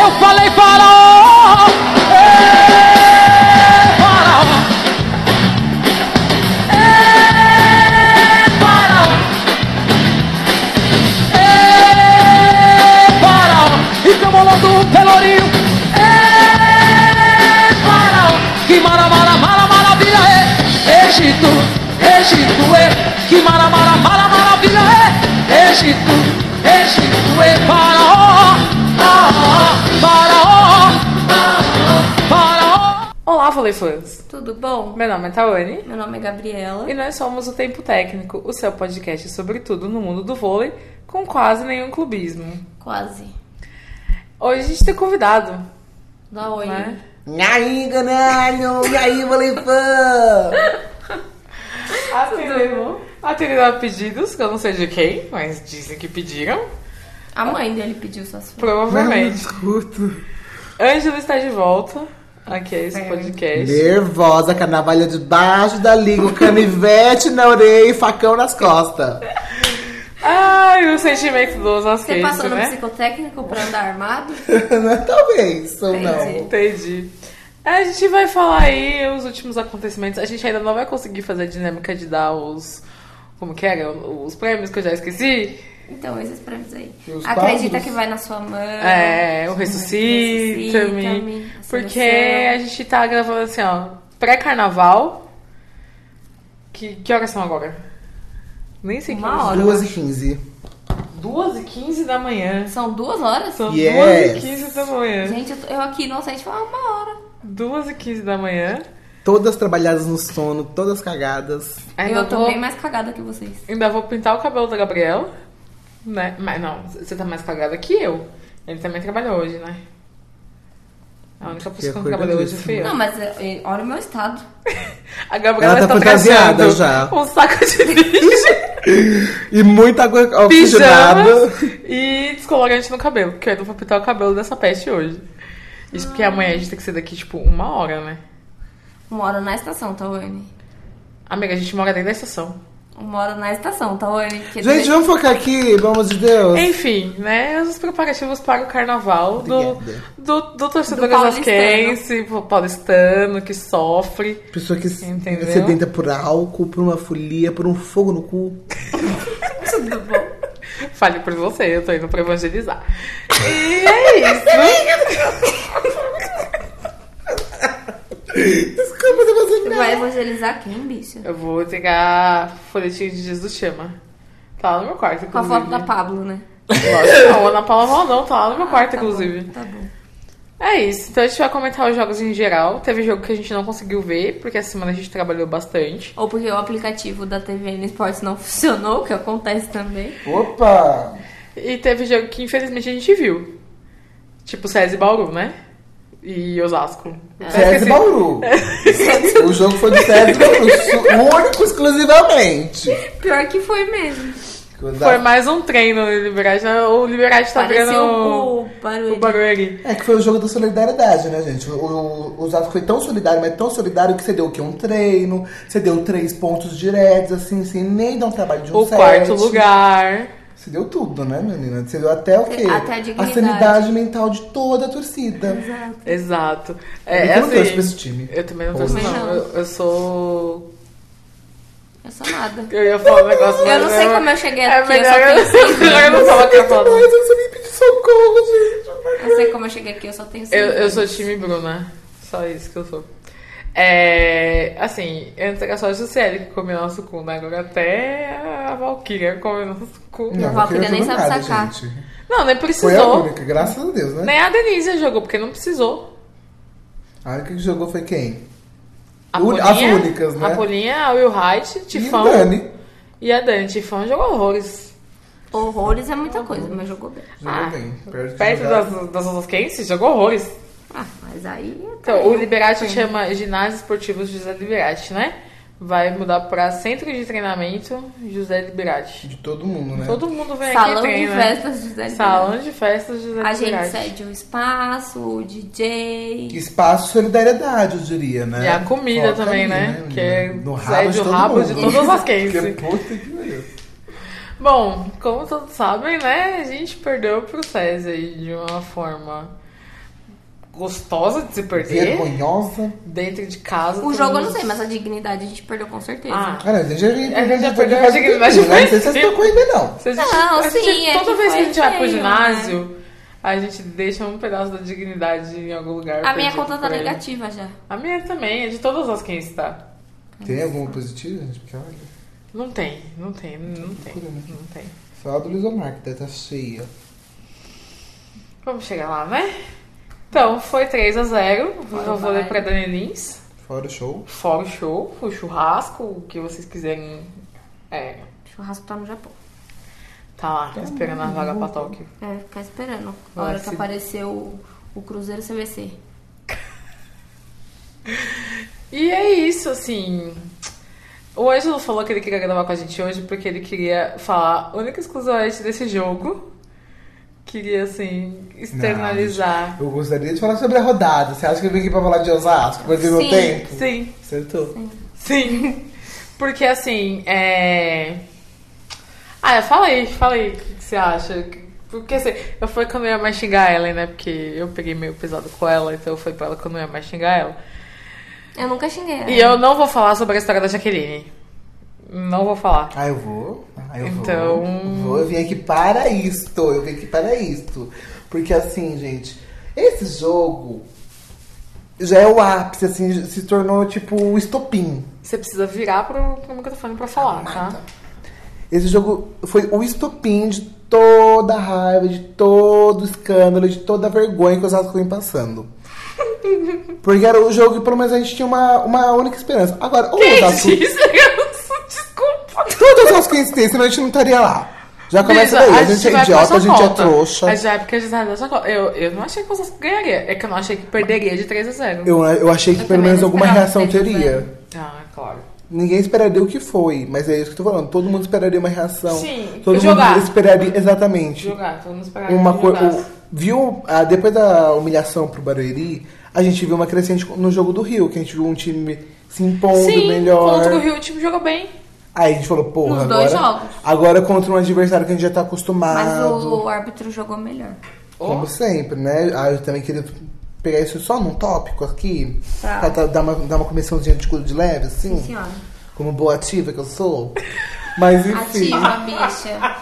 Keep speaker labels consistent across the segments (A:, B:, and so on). A: Eu falei faraó! Ê, faraó! Ê, faraó! Ê, faraó! E camolando um pelourinho! Ê, faraó! Que mara, mara, mara, maravilha é! Egito, Egito é! Que mara, mara, mara, maravilha é! Egito, Egito é faraó! Ah, ah, Faraó! ah, Faraó!
B: Olá, Fãs!
C: Tudo bom?
B: Meu nome é Tawane
C: Meu nome é Gabriela.
B: e nós somos o Tempo Técnico, o seu podcast sobre tudo no mundo do vôlei, com quase nenhum clubismo.
C: Quase.
B: Hoje a gente tem convidado,
C: Dá oi.
B: né?
D: E aí, ganalho? E aí, voleibã?
C: é
B: Atendendo, atendendo a pedidos, que eu não sei de quem, mas dizem que pediram.
C: A mãe dele pediu suas fotos.
B: Provavelmente. Ângelo está de volta. Aqui é esse podcast.
D: Nervosa, carnavalha debaixo da língua, canivete na orelha e facão nas costas.
B: Ai, o sentimento dos
C: Você
B: asqueiros,
C: passou no
B: né?
C: psicotécnico pra andar armado?
D: é Talvez, ou não.
C: Entendi.
B: Entendi. A gente vai falar aí os últimos acontecimentos. A gente ainda não vai conseguir fazer a dinâmica de dar os. Como que era? Os prêmios que eu já esqueci.
C: Então, esses prêmios aí.
D: E os
C: Acredita
D: quadros?
C: que vai na sua mão.
B: É, o Ressuscita-me.
C: Ressuscita-me, assim no
B: porque
C: céu.
B: a gente tá gravando assim, ó, pré-carnaval. Que, que horas são agora? Nem sei que
C: Uma
B: horas.
C: hora.
D: 2 e 15.
B: 2 e 15 da manhã.
C: São duas horas?
B: São
D: Yes.
B: 2 e 15 da manhã.
C: Gente, eu, tô- eu aqui inocente falar uma hora.
B: 2 e 15 da manhã.
D: Todas trabalhadas no sono, todas cagadas.
B: Ainda
C: eu tô
B: vou,
C: bem mais cagada que vocês.
B: ainda vou pintar o cabelo da Gabriela. Né? Mas não, você tá mais cagada que eu. Ele também trabalhou hoje, né? A única pessoa que não
D: coisa
B: trabalhou hoje
D: disso.
B: foi eu.
C: Não, mas eh, eh, olha o meu estado.
B: A Gabriela
D: Ela tá
B: está
D: fantasiada
B: trazendo
D: já.
B: um saco de lixo.
D: E muita coisa oxigenada.
B: pijamas e descolorante no cabelo. Porque eu ainda vou pintar o cabelo dessa peste hoje. Isso porque amanhã a gente tem que ser daqui, tipo, uma hora, né?
C: Uma hora na estação, Tawane.
B: Amiga, a gente mora dentro da estação.
C: Uma hora na estação, Tawane. Porque-
D: Gente, vamos focar aqui, pelo amor de Deus.
B: Enfim, né? Os preparativos para o carnaval do,
D: Obrigada.
B: do, do torcedor
C: Do paulistano.
B: gasasquense, paulistano. paulistano, que sofre.
D: Pessoa que se
B: Entendeu?
D: sedenta por álcool, por uma folia, por um fogo no cu.
C: Tudo bom.
B: Fale por você, eu tô indo pra evangelizar. E é isso.
D: Desculpa, eu vou
C: Você vai evangelizar quem, bicha?
B: Eu vou pegar folhetinho de Jesus Chama. Tá lá no meu quarto,
C: Com a
B: inclusive.
C: foto da Pablo, né?
B: Lógico, não, a Ana Paula Valdão tá lá no meu quarto,
C: Tá bom,
B: inclusive.
C: Tá bom.
B: É isso, então a gente vai comentar os jogos em geral. Teve jogo que a gente não conseguiu ver, porque essa semana a gente trabalhou bastante.
C: Ou porque o aplicativo da TVN Sports não funcionou, que acontece também.
D: Opa!
B: E teve jogo que infelizmente a gente viu. Tipo César e Bauru, né? E Osasco.
C: É.
B: É.
D: César e Bauru. o jogo foi do César e Bauru, su- único exclusivamente.
C: Pior que foi mesmo.
B: Foi mais um treino no Liberati. né? O Liberati tá
C: Pareceu
B: virando
C: o barulho.
B: o Barueri.
D: É que foi o jogo da solidariedade, né, gente? O, o, o Zato foi tão solidário, mas tão solidário que você deu o quê? Um treino, você deu três pontos diretos, assim, sem nem dar um trabalho de um
B: O
D: set.
B: quarto lugar.
D: Você deu tudo, né, menina? Você deu até o quê?
C: Até a dignidade.
D: sanidade mental de toda a torcida.
B: Exato. É,
D: eu não
B: assim,
D: torço pra esse time.
B: Eu também não torço,
C: Também
B: não.
C: não.
B: Eu, eu sou.
C: Eu sou nada.
B: Eu ia falar um negócio
C: Eu não
B: mas
C: sei como eu cheguei
B: É
C: aqui, eu
B: melhor
C: só tenho seis
B: eu não falar que eu falo.
D: Mas você me pediu socorro, gente.
C: Eu sei como eu cheguei aqui, eu só tenho
B: Eu,
C: certeza.
D: é
B: eu sou time Bruna. Só isso que eu sou. É. Assim, antes era só a Juscelia que comeu nosso cu, né? Agora até a Valkyria comeu nosso cu.
C: Não.
D: eu
C: Val Kilmer né,
D: queria
C: nem
D: tudo
C: sabe
D: nada,
C: sacar.
D: gente.
B: Não, nem
D: Hum. Foi a
B: precisou.
D: única, graças a Deus, né?
B: Nem a Denise jogou, porque não precisou.
D: A única que jogou foi quem?
B: A
D: U-
B: Polinha,
D: as únicas, né?
B: A Polinha, a Will Height, Tifão
D: E o Dani.
B: e a Dani. Tifão jogou horrores.
C: Horrores é muita coisa, mas jogou bem.
D: Jogou
B: Ah,
D: bem. Perto, de
B: Perto
D: jogar.
B: das, das Osasquenses, jogou horrores.
C: Ah, mas aí. um
B: Então, o Liberati chama Ginásio Esportivo José Liberati, né? Vai mudar pra Centro de Treinamento José Liberati.
D: De todo mundo, né?
B: Todo mundo vem
C: Salão
B: aqui
C: de
B: e treina.
C: festas José Liberati.
B: né? Salão de festas José
C: A gente
B: Liberati.
C: cede o espaço, o DJ.
D: Espaço solidariedade, eu diria, né?
B: E a comida
D: Foca
B: também,
D: ali,
B: né? Que é-
D: menina? No
B: sai
D: rabo
B: do
D: de todo
B: rabo de
D: mundo.
B: todas as quentes.
D: Que puta que pariu.
B: Bom, como todos sabem, né? A gente perdeu pro César aí de uma forma gostosa de se perder.
D: Vergonhosa.
B: Dentro de casa.
C: O jogo eu não
B: todos-
C: sei, mas a dignidade a gente perdeu com certeza.
B: Ah,
D: Cara, a gente já
B: A gente já perdeu a
D: faz um
B: dignidade
D: tempinho, né? Não sei se
B: faz
D: você tocou ainda, não.
B: Vocês-
C: Não,
B: a gente-
C: sim, é
B: toda
C: que
B: vez que a
C: foi
B: gente vai pro
C: feio,
B: ginásio, a gente deixa um pedaço da dignidade em algum lugar.
C: a minha
B: perdido
C: conta
B: por
C: tá
B: aí.
C: negativa já.
B: A minha também, é de todas as que está.
D: Tem alguma positiva, gente? Porque olha,
B: Não tem, não tem, não tem, não tem.
D: só a do Luiz Omar, que tá cheia.
B: Vamos chegar lá, né? Então, foi 3 a 0 O
C: Fora o
B: vôlei
C: baile.
B: pra Dani Lins.
D: Fora o show.
B: Fora o show, o churrasco, o que vocês quiserem. É,
C: O churrasco tá no Japão.
B: tá lá, tá esperando a vaga pra Tóquio.
C: É, ficar esperando. A
B: Vai,
C: hora que
B: se-
C: apareceu o, o Cruzeiro CVC.
B: E é isso, assim. O Ângelo falou que ele queria gravar com a gente hoje porque ele queria falar única e exclusivamente desse jogo. Queria, assim, externalizar.
D: Eu gostaria de falar sobre a rodada. Você acha que eu vim aqui pra falar de Osasco? Perdi meu
C: Sim.
D: tempo?
B: Sim,
D: Acertou?
B: sim. Porque, assim, é. Ah, fala aí, fala aí o que que você acha. Porque, assim, eu falei que eu não ia mais xingar ela, né? Porque eu peguei meio pesado com ela, então eu falei pra ela que eu não ia mais xingar ela.
C: Eu nunca xinguei. né? ela.
B: E eu não vou falar sobre a história da Jaqueline. Não vou falar.
D: Ah, eu vou. Ah, eu
B: Então-
D: vou. vou. Eu vim aqui para isto. Eu vim aqui para isto. Porque assim, gente, esse jogo já é o ápice, assim, se tornou tipo o estopim.
B: Você precisa virar pro, pro microfone pra falar, tá?
D: Esse jogo foi o estopim de toda a raiva, de todo o escândalo, de toda a vergonha que o Osasco vem passando. Porque era o jogo que pelo menos a gente tinha uma, uma única esperança. Agora, o
B: Que
D: Osasco.
B: isso? Desculpa.
D: Todas as coincidências, senão a gente não estaria lá. Já começa
B: Beleza,
D: daí, a gente é
B: vai pra
D: idiota,
B: sua
D: a gente é
B: conta.
D: trouxa.
B: A gente vai porque a gente vai pra sua conta. Eu, eu não achei que vocês ganharia. É que eu não achei que perderia de 3 a 0.
D: Eu, né, eu achei que
C: Eu
D: pelo
C: também
D: menos
C: não
D: alguma
C: esperava
D: reação
C: que seja né?
D: teria.
B: Ah, claro.
D: Ninguém esperaria o que foi, mas é isso que eu tô falando. Todo mundo esperaria uma reação.
B: Sim,
D: Todo
B: jogar.
D: mundo esperaria exatamente.
B: Jogar, então todo mundo esperava.
D: uma
B: que
D: coisa.
B: jogasse.
D: Viu? ah, depois da humilhação pro Barueri, a gente viu uma crescente no jogo do Rio, que a gente viu um time se impondo
B: Sim,
D: melhor.
B: contra o Rio, o time joga bem.
D: Aí a gente falou,
C: Nos
D: porra, agora,
C: dois jogos.
D: agora contra um adversário que a gente já tá acostumado.
C: Mas o árbitro jogou melhor.
D: Como sempre, né? Ah, eu também queria pegar isso só num tópico aqui.
C: Tá.
D: Pra tá- dar, uma, dar uma comissãozinha de culo de leve, assim.
C: Sim, senhora.
D: como boa ativa que eu sou. Mas enfim.
C: Ativa, bicha.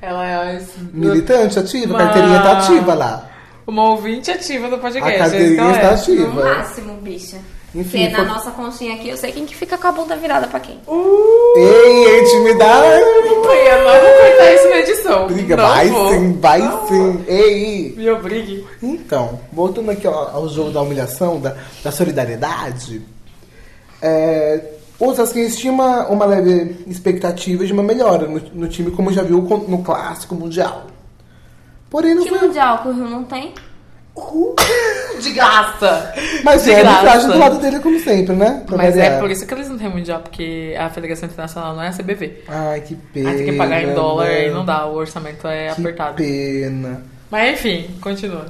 B: Ela é
D: Militante ativa, a carteirinha tá ativa lá.
B: uma ouvinte ativa do
D: A
B: podcast. é isso que
D: carteirinha
B: ela é.
D: está
C: No
D: ativa.
C: máximo, bicha.
D: Enfim,
C: Porque na
D: foi-
C: nossa conchinha aqui, eu sei quem que fica com a bunda virada pra quem.
D: Ei, intimidade!
B: Ui, Eu não vou cortar isso na edição.
D: Briga,
B: não
D: vai
B: vou.
D: sim, vai sim. Ei!
B: Me obrigue.
D: Então, voltando aqui ao, ao jogo da humilhação, da, da solidariedade, é, o Sasquinhas tinha uma, uma leve expectativa de uma melhora no, no time, como já viu con- no clássico mundial. Porém, não
C: Que
D: foi.
C: mundial que o Rio não tem?
B: De graça.
D: Mas
B: De
D: é a
B: graça.
D: arbitragem do lado dele, como sempre, né? Pra
B: Mas é
D: variar.
B: por isso que eles não têm mundial, porque a Federação Internacional não é a CBV.
D: Ai, que pena.
B: Aí Ah, tem que pagar em dólar
D: mano.
B: e não dá, o orçamento é
D: Que
B: apertado.
D: pena.
B: Mas enfim, continua.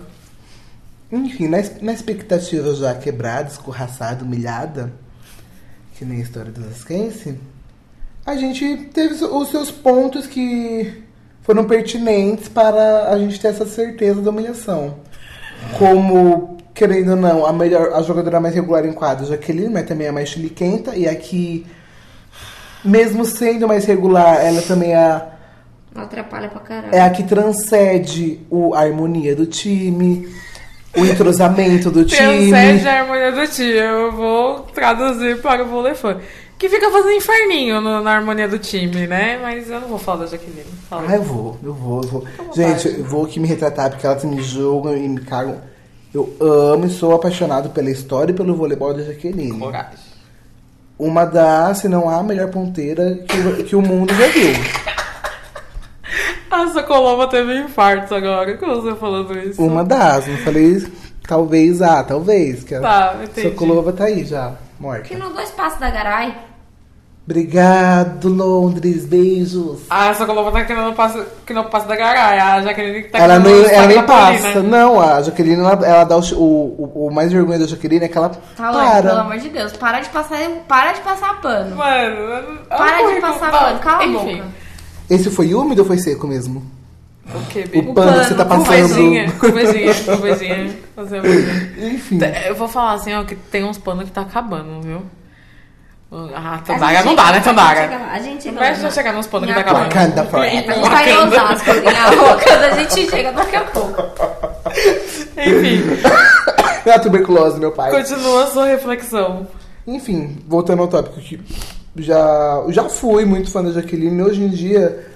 D: Enfim, na, na expectativa já quebrada, escorraçada, humilhada, que nem a história do Zasquense, a gente teve so- os seus pontos que foram pertinentes para a gente ter essa certeza da humilhação. Como, querendo ou não, a melhor a jogadora mais regular em quadro, Jaqueline, mas também a mais chiliquenta, e aqui, mesmo sendo mais regular, ela também é a
C: Atrapalha pra caralho.
D: é a que transcende o, a harmonia do time, o entrosamento do time.
B: Transcende a harmonia do time. Eu vou traduzir para o Volefã. Que fica fazendo inferninho no- na harmonia do time, né? Mas eu não vou falar da Jaqueline. Fala.
D: Ah, eu vou, eu vou, eu vou.
B: vontade.
D: Gente, eu vou aqui me retratar porque elas me julgam e me cagam. Eu amo e sou apaixonado pela história e pelo voleibol da Jaqueline.
B: Coragem.
D: Uma das, se não a melhor ponteira que, que o mundo já viu.
B: A Socolova teve infartos agora, com você falando isso.
D: Uma das, não falei talvez a, talvez. Que a
B: Tá, entendi.
D: Sokolova tá aí já, morta.
C: Que no dois passos da Garay,
D: Obrigado, Londres, beijos.
B: Ah, essa Colombo tá querendo passe, que não passa da garagem. A Jaqueline que tá
D: ela
B: querendo
D: nem,
B: o
D: ela
B: saco
D: nem
B: da Paulina.
D: passa. né? Não, a Jaqueline, ela, ela dá o, chi- o, o, o mais vergonha da Jaqueline é que ela
C: tá lá, pelo
D: para.
C: amor de Deus. Para de passar, para de passar pano.
B: Mano, eu não- eu
C: Para
B: não
C: de
B: vou
C: passar
B: reclamar.
C: pano, cala a
B: Enfim.
C: boca.
D: Esse foi úmido ou foi seco mesmo?
B: O que,
D: O pano que você tá passando.
B: Cubezinha, cubezinha, cubezinha. Fazer cubezinha.
D: Enfim.
B: Eu vou falar assim, ó, que tem uns panos que tá acabando, viu? Ah,
C: A
B: Tandaga
C: gente
B: não dá,
C: chega-
B: né, Tandaga?
C: A gente chega
B: Não
C: lá.
B: vai só chegar nos panos que tá acabando.
D: Wakanda forever.
C: A gente tá em Osasco, em Arrocas, a gente chega daqui a pouco.
B: Enfim,
D: É a tuberculose do meu pai.
B: continua a sua reflexão.
D: Enfim, voltando ao tópico que já, já fui muito fã da Jaqueline. Hoje em dia.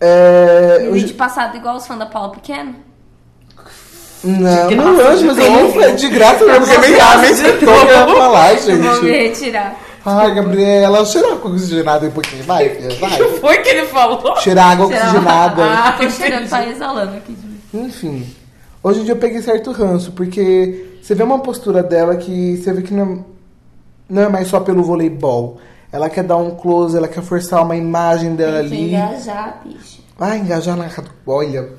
C: E
D: É,
C: o
D: hoje,
C: vídeo passado, igual os fãs da Paula Pequeno.
D: não,
B: de
D: não
B: graça,
D: anjo, mas eu
B: de
D: não falei de graça mesmo, porque nem
B: graça,
D: a mente
B: de
D: tentou que eu um ia falar,
C: Vou me
D: gente.
C: retirar.
D: Ai, Gabriela, cheira água oxigenada aí um pouquinho, vai, filha, vai.
B: Foi que ele falou.
D: Cheira água
C: Cheira-
D: oxigenada.
B: Ah,
C: Tô cheirando,
B: entendi.
C: tá exalando aqui de mim.
D: Enfim, hoje em dia eu peguei certo ranço, porque você vê uma postura dela que você vê que não é, não é mais só pelo voleibol. Ela quer dar um close, ela quer forçar uma imagem dela
C: Tem que
D: ali.
C: engajar, bicho.
D: Ah, engajar na casa. Olha.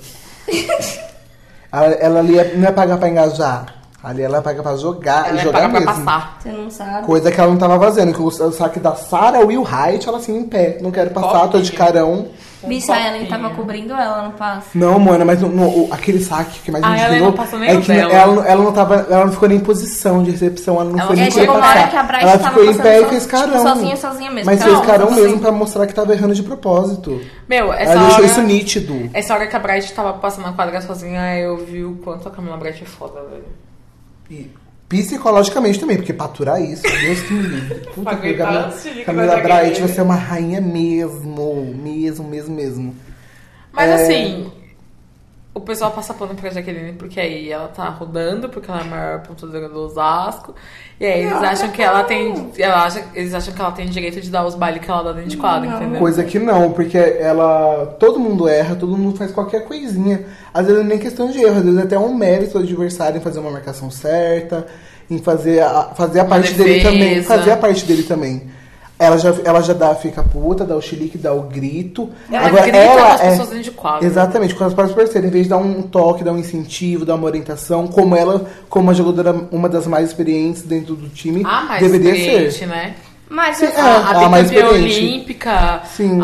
D: ela, ela ali é- não é pagar pra engajar. Ali ela paga pra jogar
B: Ela
D: e
B: ia
D: jogar
B: pagar pra
D: mesmo.
B: passar.
C: Você não sabe.
D: Coisa que ela não tava fazendo. Que o o saque da Sarah Will Height, ela assim em pé. Não quero passar, tô de
B: Copinha.
D: carão.
C: Bicha, a Ellen tava cobrindo ela no passe.
D: Não, mano, mas no- no- o- aquele saque que mais
B: Ah,
D: me
B: ela não
D: indignou
B: passou nem
D: é
B: o
D: que
B: dela.
D: ela, não- ela não tava, ela não ficou nem em posição de recepção, ela não
B: Ela
D: foi
C: E
D: nem
C: aí
D: querer
C: chegou é, tipo, uma hora que a
D: passar.
C: Bryce
D: Ela
C: tava
D: ficou em
C: passando
D: pé e
C: so-
D: fez
C: tipo,
D: carão.
C: sozinha, sozinha mesmo.
D: Mas
C: Calma,
D: fez carão
C: sozinha.
D: mesmo pra mostrar que tava errando de propósito.
B: Meu, essa
D: ela
B: hora...
D: deixou isso nítido.
B: Essa hora que a Bright tava passando a quadra sozinha, eu vi o quanto a Camila Bright é foda, velho.
D: E psicologicamente também, porque paturar isso, Deus que me livre. Puta
B: Pra
D: que
B: aguentar
D: Camila,
B: esse líquido
D: Camila
B: da
D: Bright,
B: Gabriela.
D: você é uma rainha mesmo. Mesmo, mesmo, mesmo.
B: Mas
D: É.
B: assim, o pessoal passa pano pra Jaqueline porque aí ela tá rodando, porque ela é a maior pontuadora do Osasco. E aí eles
D: Ah,
B: acham que ela tem. Ela acha, eles acham que ela tem direito de dar os bailes que ela dá dentro de quadra, entendeu?
D: Coisa que não, porque ela. Todo mundo erra, todo mundo faz qualquer coisinha. Às vezes nem questão de erro, às vezes até um mérito do adversário em fazer uma marcação certa, em fazer a, fazer a
B: Uma
D: parte dele
B: defesa.
D: também. Fazer a parte dele também. Ela já, ela já dá, fica puta, dá o chilique, dá o grito. é
B: Ela grita com as pessoas dentro de quadra.
D: Exatamente, com as próprias parceiras. Em vez de dar um toque, dar um incentivo, dar uma orientação, como ela, como a jogadora, uma das mais experientes dentro do time,
B: Ah, mas
D: deveria
B: experiente,
D: ser.
B: né?
C: Mas
D: Sim,
C: assim,
D: é.
B: A,
D: Ah,
B: a
D: mais
B: bicampeã
D: experiente.
B: olímpica,
D: Sim.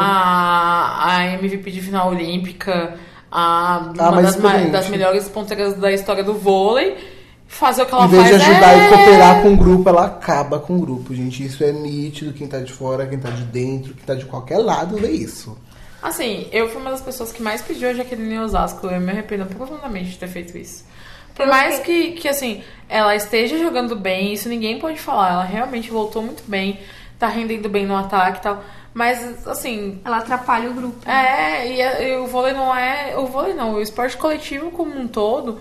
B: a, a MVP de final olímpica, a,
D: Ah,
B: uma
D: mais
B: das, ma-
D: experiente.
B: das melhores ponteiras da história do vôlei, fazer o que ela
D: Em vez de
B: faz
D: ajudar
B: é...
D: e cooperar com o grupo, ela acaba com o grupo, gente. Isso é nítido, quem tá de fora, quem tá de dentro, quem tá de qualquer lado vê isso.
B: Assim, eu fui uma das pessoas que mais pediu a Jaqueline Osasco. Eu me arrependo profundamente de ter feito isso. Por
C: Eu
B: mais que, que, assim, ela esteja jogando bem, isso ninguém pode falar. Ela realmente voltou muito bem, tá rendendo bem no ataque e tal. Mas, assim,
C: ela atrapalha o grupo.
B: é, e, a- e o vôlei não é. O vôlei não, o esporte coletivo como um todo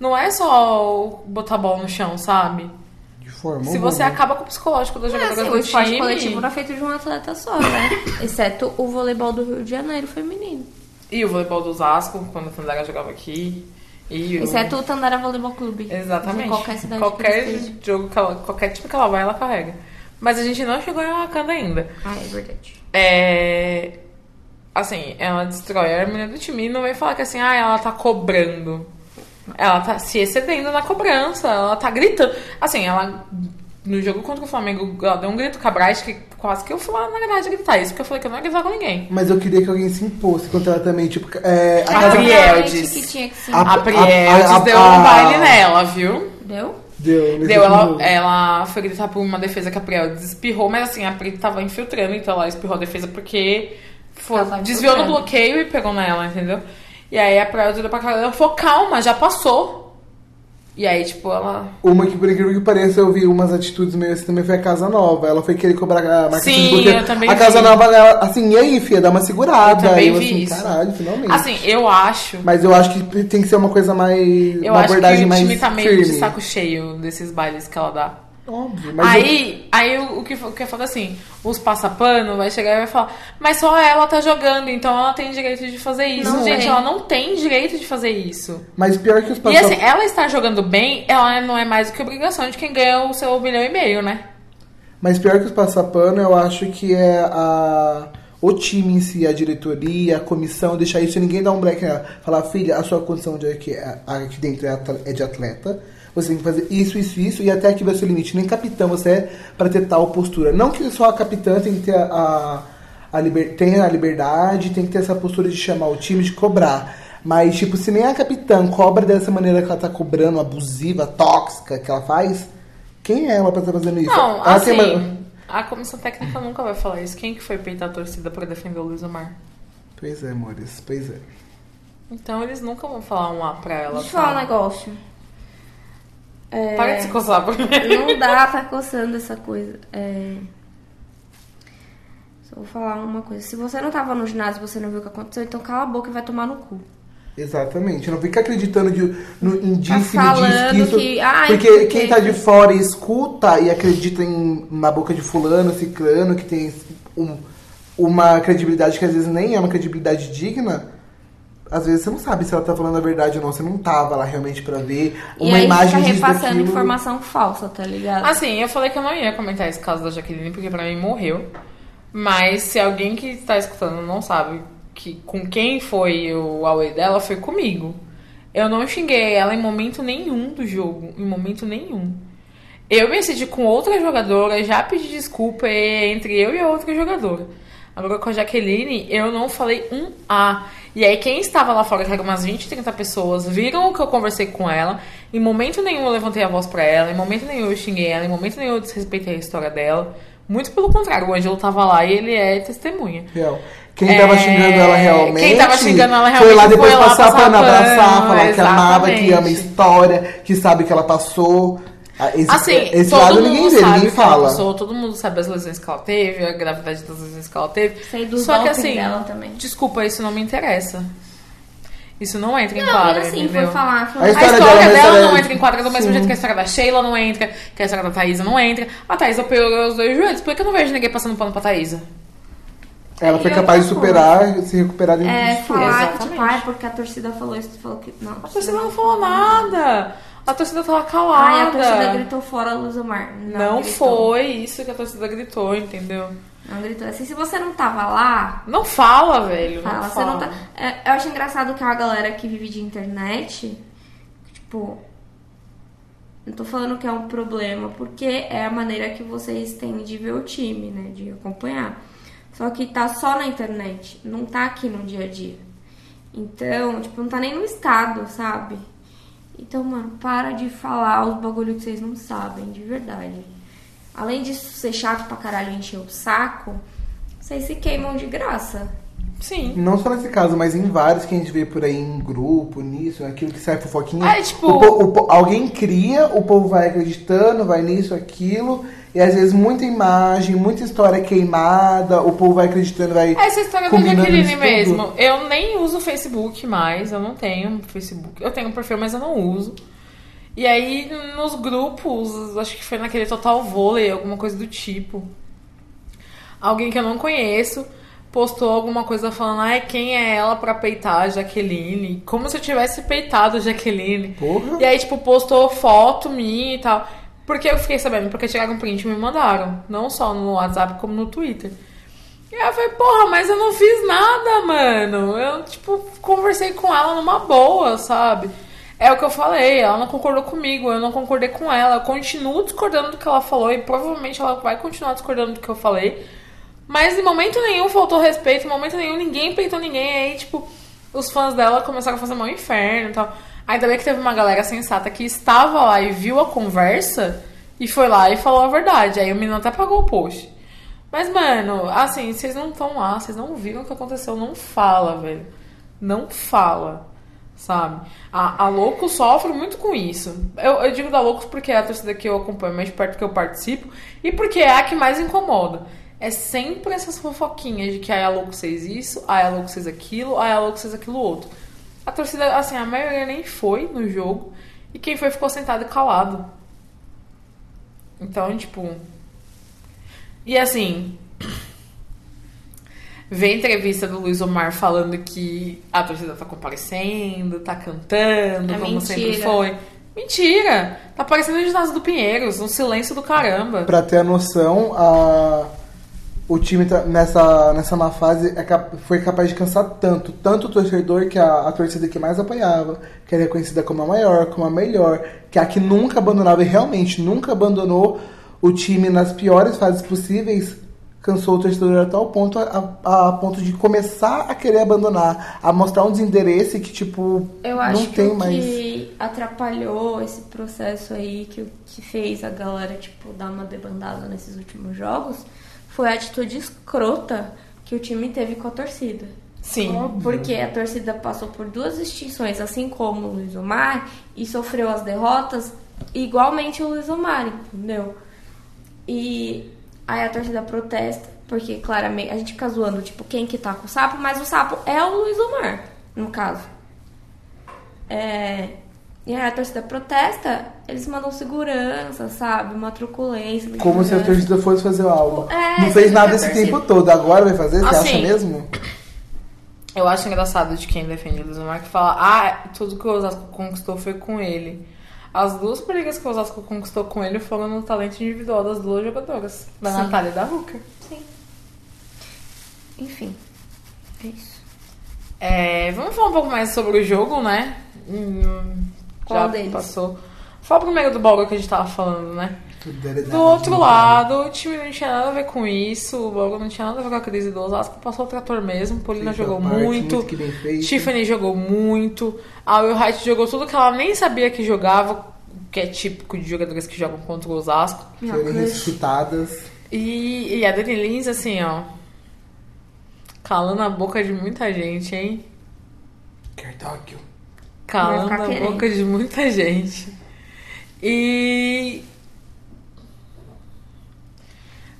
B: não é só o botar a bola no chão, sabe?
D: De forma
B: Se você
D: alguma.
B: acaba com o psicológico da
C: É,
B: jogadora
C: assim,
B: do
C: o esporte
B: tá time,
C: coletivo não é feito de um atleta só, né? Exceto o voleibol do Rio de Janeiro feminino.
B: E o voleibol do Osasco, quando o Tandaga jogava aqui. E o-
C: Exceto o Tandara Voleibol Clube.
B: Exatamente.
C: De qualquer cidade
B: Qualquer
C: que ele esteja.
B: jogo que ela, qualquer tipo que ela vai, ela carrega. Mas a gente não chegou em Wakanda ainda.
C: Ah, é verdade.
B: É. Assim, ela destrói a menina do time e não vem falar que assim, ah, ela tá cobrando. Ela tá se excedendo na cobrança, ela tá gritando. Assim, ela. No jogo contra o Flamengo, ela deu um grito com a Bright que quase que eu fui lá na grade gritar. Isso que eu falei que eu não ia gritar com ninguém.
D: Mas eu queria que alguém se impôs contra ela também, tipo, é, a
B: Ah,
D: casa-
B: Gabriel. Ah.
C: Exatamente
B: diz.
C: que tinha que se...
D: A-
B: A
D: a- a-
B: Prietes deu um baile nela, viu?
C: Deu?
D: Deu, nesse
B: Deu, ela, é.
D: jogo.
B: ela foi gritar por uma defesa que a Priel espirrou, mas assim, a Pri tava infiltrando, então ela espirrou a defesa porque foi-
C: Ela tava
B: desviou no
C: infiltrando.
B: bloqueio e pegou nela, entendeu? E aí a Priel olhou pra cara dela e falou, calma, já passou. E aí, tipo, ela.
D: Uma que, por incrível que pareça, eu vi umas atitudes meio assim também foi a Casa Nova. Ela foi querer cobrar a marcação
B: Sim,
D: de bloqueio.
B: eu também
D: A Casa
B: vi.
D: Nova, ela, assim, e aí, filha, dá uma segurada.
B: Eu também
D: eu
B: vi
D: assim,
B: isso.
D: caralho, finalmente.
B: Assim, eu acho.
D: Mas eu acho que tem que ser uma coisa mais.
B: Eu
D: uma
B: acho que o
D: abordagem mais.
B: time tá meio
D: firme.
B: de saco cheio desses bailes que ela dá.
D: Óbvio, mas eu-
B: aí, aí o, o que, o que é foda assim, os passapano vai chegar e vai falar, mas só ela tá jogando, então ela tem direito de fazer isso.
C: Não
B: Gente,
C: tem.
B: ela não tem direito de fazer isso.
D: Mas pior que os
B: E
D: passa...
B: assim, ela estar jogando bem, ela não é mais do que obrigação de quem ganha o seu milhão e meio, né?
D: Mas pior que os passapano, eu acho que é a o time em si, a diretoria, a comissão, deixar isso, ninguém dá um break nela. Falar, filha, a sua condição de aqui, aqui dentro é atle- é de atleta. Você tem que fazer isso, isso, isso, e até aqui vai ser o limite. Nem capitão você é pra ter tal postura. Não que só a capitã tem que ter a, a, a liber- tenha a liberdade, tem que ter essa postura de chamar o time, de cobrar. Mas, tipo, se nem a capitã cobra dessa maneira que ela tá cobrando, abusiva, tóxica, que ela faz, quem é ela pra estar fazendo isso?
B: Não,
D: ela
B: assim,
D: uma-
B: a comissão técnica nunca vai falar isso. Quem que foi peitar a torcida pra defender o Luiz Omar?
D: Pois é, amores, pois é.
B: Então eles nunca vão falar um A pra ela.
C: Deixa eu falar um
B: sabe?
C: negócio. É,
B: Para de se coçar por mim.
C: Não dá, tá coçando essa coisa. É... Só vou falar uma coisa. Se você não tava no ginásio e você não viu o que aconteceu, então cala a boca e vai tomar no cu.
D: Exatamente. Não fica acreditando de, no indício
C: Tá
D: diz que
C: falando
D: isso.
C: que, ai,
D: porque
C: porque-
D: quem tá de fora e escuta e acredita em, na boca de fulano, ciclano, que tem um- uma credibilidade que às vezes nem é uma credibilidade digna. Às vezes você não sabe se ela tá falando a verdade ou não. Você não tava lá realmente pra ver uma
C: e aí
D: imagem
C: fica
D: disso,
C: repassando
D: daquilo.
C: informação falsa, tá ligado?
B: Assim, eu falei que eu não ia comentar esse caso da Jaqueline, porque pra mim morreu. Mas se alguém que tá escutando não sabe que com quem foi o Aue dela, foi comigo. Eu não xinguei ela em momento nenhum do jogo. Em momento nenhum. Eu me senti com outra jogadora, já pedi desculpa e- entre eu e a outra jogadora. Agora com a Jaqueline, eu não falei um A. E aí quem estava lá fora, que era umas 20, 30 pessoas, viram o que eu conversei com ela. Em momento nenhum eu levantei a voz pra ela, em momento nenhum eu xinguei ela, em momento nenhum eu desrespeitei a história dela. Muito pelo contrário, o Angelo tava lá e ele é testemunha.
D: Real. Quem tava
B: É,
D: xingando ela realmente.
B: quem tava xingando ela
D: Foi lá
B: realmente
D: depois
B: foi lá
D: passar
B: passar
D: pano, abraçar,
B: pano,
D: falar que amava, que ama a
B: exatamente.
D: história, que sabe o que ela passou. Ah, Esse,
B: Assim,
D: esse
B: todo
D: lado
B: mundo
D: ninguém vê,
B: sabe
D: ninguém
B: o que ela
D: fala.
B: passou, todo mundo sabe as lesões que ela teve, a gravidade das lesões que ela teve.
C: Sei do
B: Só que
C: doping
B: assim,
C: dela também.
B: desculpa, isso não me interessa. Isso não entra em
C: não,
B: quadra,
C: mas assim,
B: entendeu?
C: foi falar. Foi...
D: A
B: A
D: história
B: história,
D: dela,
B: dela,
D: mas ela-
B: não entra em quadra do mesmo
D: Sim.
B: jeito que a história da Sheila não entra, que a história da Thaísa não entra. A Thaísa operou os dois joelhos. Por que eu não vejo ninguém passando pano pra Thaísa?
D: Ela foi
C: E
D: capaz de
C: outra
D: superar, se recuperar dentro
C: É,
D: disso. tudo.
C: falar que,
B: Exatamente.
C: tipo, ah, é porque a torcida falou isso, falou que. Não,
B: A torcida não falou nada. A torcida tava calada.
C: Ai, a torcida gritou fora Luzomar. Não,
B: Não,
C: gritou.
B: foi isso que a torcida gritou, entendeu?
C: Não gritou. Assim, se você não tava lá,
B: Não fala, velho.
C: fala.
B: não
C: Você não
B: fala.
C: tá... É, Eu acho engraçado que é uma galera que vive de internet, tipo. Não tô falando que é um problema, porque é a maneira que vocês têm de ver o time, né? De acompanhar. Só que tá só na internet, não tá aqui no dia a dia. Então, tipo, não tá nem no estado, sabe? Então, mano, para de falar os bagulho que vocês não sabem, de verdade. Além disso ser chato pra caralho e encher o saco, vocês se queimam de graça.
B: Sim.
D: Não só nesse caso, mas em vários que a gente vê por aí em grupo, nisso, naquilo que sai fofoquinha.
B: Ah, é tipo-
D: O po- o po- alguém cria, o povo vai acreditando, vai nisso, aquilo. E às vezes muita imagem, muita história queimada, o povo vai acreditando, vai.
B: Essa história da
D: combinando isso
B: Jaqueline
D: tudo.
B: mesmo. Eu nem uso o Facebook mais, eu não tenho Facebook. Eu tenho um perfil, mas eu não uso. E aí, nos grupos, acho que foi naquele Total Vôlei, alguma coisa do tipo. Alguém que eu não conheço postou alguma coisa falando, ai, quem é ela pra peitar a Jaqueline? Como se eu tivesse peitado a Jaqueline.
D: Porra.
B: E aí, tipo, postou foto minha e tal. Porque eu fiquei sabendo, porque tiraram um print e me mandaram. Não só no WhatsApp, como no Twitter. E aí eu falei, porra, mas eu não fiz nada, mano. Eu, tipo, conversei com ela numa boa, sabe? É o que eu falei, ela não concordou comigo, eu não concordei com ela. Eu continuo discordando do que ela falou e provavelmente ela vai continuar discordando do que eu falei. Mas em momento nenhum faltou respeito, em momento nenhum ninguém peitou ninguém. Aí, tipo, os fãs dela começaram a fazer mal inferno e tal. Ainda bem que teve uma galera sensata que estava lá e viu a conversa e foi lá e falou a verdade. Aí o menino até pagou o post. Mas, mano, assim, vocês não estão lá, vocês não viram o que aconteceu. Não fala, velho. Não fala. Sabe? A, a Louco sofre muito com isso. Eu, eu digo da Loucos porque é a torcida que eu acompanho mais de perto que eu participo e porque é a que mais incomoda. É sempre essas fofoquinhas de que ai, a Loucos fez isso, ai, a Loucos fez aquilo, ai, a Loucos fez aquilo outro. A torcida, assim, a maioria nem foi no jogo e quem foi ficou sentado e calado. Então, tipo, e assim. Ver entrevista do Luiz Omar falando que a torcida tá comparecendo, tá cantando,
C: É
B: como
C: mentira.
B: sempre foi. Mentira! Tá parecendo o ginásio do Pinheiros, um silêncio do caramba.
D: Pra ter a noção, a- o time tá- nessa, nessa má fase é cap- foi capaz de cansar tanto, tanto o torcedor que a, a torcida que mais apoiava, que era reconhecida como a maior, como a melhor, que é a que nunca abandonava e realmente nunca abandonou o time nas piores fases possíveis, cansou o torcedor a tal ponto a, a, a ponto de começar a querer abandonar, a mostrar um desendereço que, tipo,
C: Eu acho
D: não tem
C: que o
D: mais.
C: que atrapalhou esse processo aí, que, o que fez a galera, tipo, dar uma debandada nesses últimos jogos, foi a atitude escrota que o time teve com a torcida.
B: Sim.
C: Porque a torcida passou por duas extinções, assim como o Luiz Omar, e sofreu as derrotas igualmente o Luiz Omar, entendeu? E aí a torcida protesta, porque claramente a gente fica zoando, tipo, quem que tá com o sapo, mas o sapo é o Luiz Omar, no caso. É, e aí a torcida protesta, eles mandam segurança, sabe? Uma truculência. uma
D: Como se a
C: segurança.
D: torcida fosse fazer algo.
C: é,
D: não fez
C: você
D: nada
C: fica
D: esse
C: torcida.
D: tempo todo, agora vai fazer? Você acha
B: Assim,
D: mesmo?
B: Eu acho engraçado de quem defende o Luzumar que fala, ah, tudo que o Osasco conquistou foi com ele. As duas brigas que o Osasco conquistou com ele foram no talento individual das duas jogadoras, da
C: Sim.
B: Natália e da Ruca.
C: Sim. Enfim, é isso.
B: É, vamos falar um pouco mais sobre o jogo, né? Hum,
C: Qual
B: já
C: deles?
B: passou. Fala primeiro do Boga que a gente tava falando, né?
D: Solidariedade,
B: Do outro
D: né?
B: lado, o time não tinha nada a ver com isso, o Boga não tinha nada a ver com a crise do Osasco, passou o trator mesmo, Polina
D: Feito a
B: jogou
D: parte,
B: muito,
D: muito que bem feito.
B: Tiffany jogou muito, a Will Wright jogou tudo que ela nem sabia que jogava, que é típico de jogadores que jogam contra o Osasco.
C: Minha
D: Serem
C: crush.
D: ressuscitadas.
B: E, e a Dani Lins, assim, ó, calando a boca de muita gente, hein?
D: Kertóquio.
C: Vai
B: Calando
C: ficar
B: a
C: querendo.
B: boca de muita gente. E.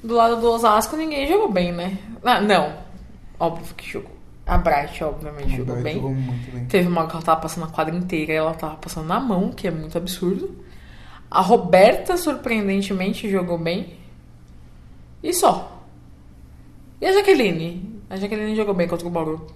B: Do lado do Osasco, ninguém jogou bem, né? Ah, não. Óbvio que jogou. A Bright, obviamente, jogou bem.
D: Jogou muito bem.
B: Teve uma que ela tava passando a quadra inteira e ela tava passando na mão, que é muito absurdo. A Roberta, surpreendentemente, jogou bem. E só. E a Jaqueline? A Jaqueline jogou bem contra o Bauru.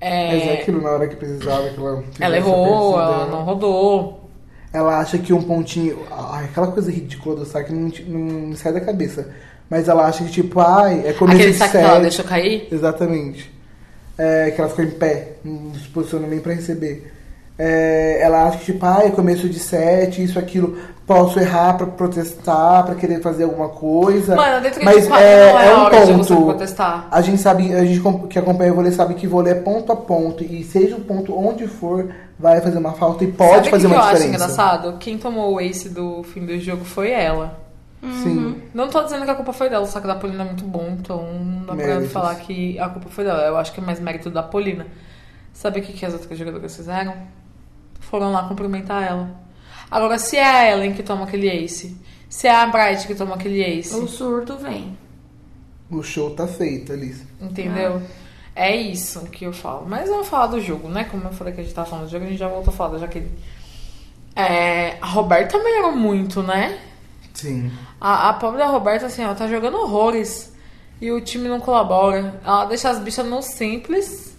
B: É,
D: Mas é aquilo na hora que né? precisava que ela. fizesse
B: ela
D: a
B: errou,
D: torcida,
B: ela não rodou.
D: Ela acha que um pontinho. Ai, aquela coisa ridícula do saque não, te- não me sai da cabeça. Mas ela acha que, tipo, ai, é começo
B: Aquele
D: de
B: saque que ela
D: série.
B: deixou cair.
D: Exatamente. É, que ela ficou em pé, não se posiciona bem pra receber. É, ela acha que, tipo, ah, é começo de sete, isso, aquilo, posso errar pra protestar, pra querer fazer alguma coisa.
B: Mano, dentro de
D: Mas
B: quadra
D: é,
B: não é
D: é
B: a
D: um
B: hora de você
D: ponto.
B: protestar.
D: A gente sabe, a gente com- que acompanha o vôlei sabe que vôlei é ponto a ponto, e seja o ponto onde for, vai fazer uma falta e pode
B: Sabe o
D: fazer
B: que
D: uma
B: eu acho
D: diferença.
B: engraçado? Quem tomou o ace do fim do jogo foi ela.
D: Sim.
B: Não tô dizendo que a culpa foi dela, o saco da Polina é muito bom, então não dá pra
D: Méritos.
B: falar que a culpa foi dela. Eu acho que é mais mérito da Polina. Sabe o que, que as outras jogadoras fizeram? Foram lá cumprimentar ela. Agora, se é a Ellen que toma aquele ace, se é a Bright que toma aquele
C: O
B: ace,
C: surto vem.
D: O show tá feito, Alice.
B: entendeu? É isso que eu falo. Mas vamos falar do jogo, né? Como eu falei que a gente tá falando do jogo, a gente já voltou a falar da Jaqueline. É, a Roberta melhorou muito, né?
D: Sim.
B: A, a pobre da Roberta, assim, ela tá jogando horrores. E o time não colabora. Ela deixa as bichas no simples.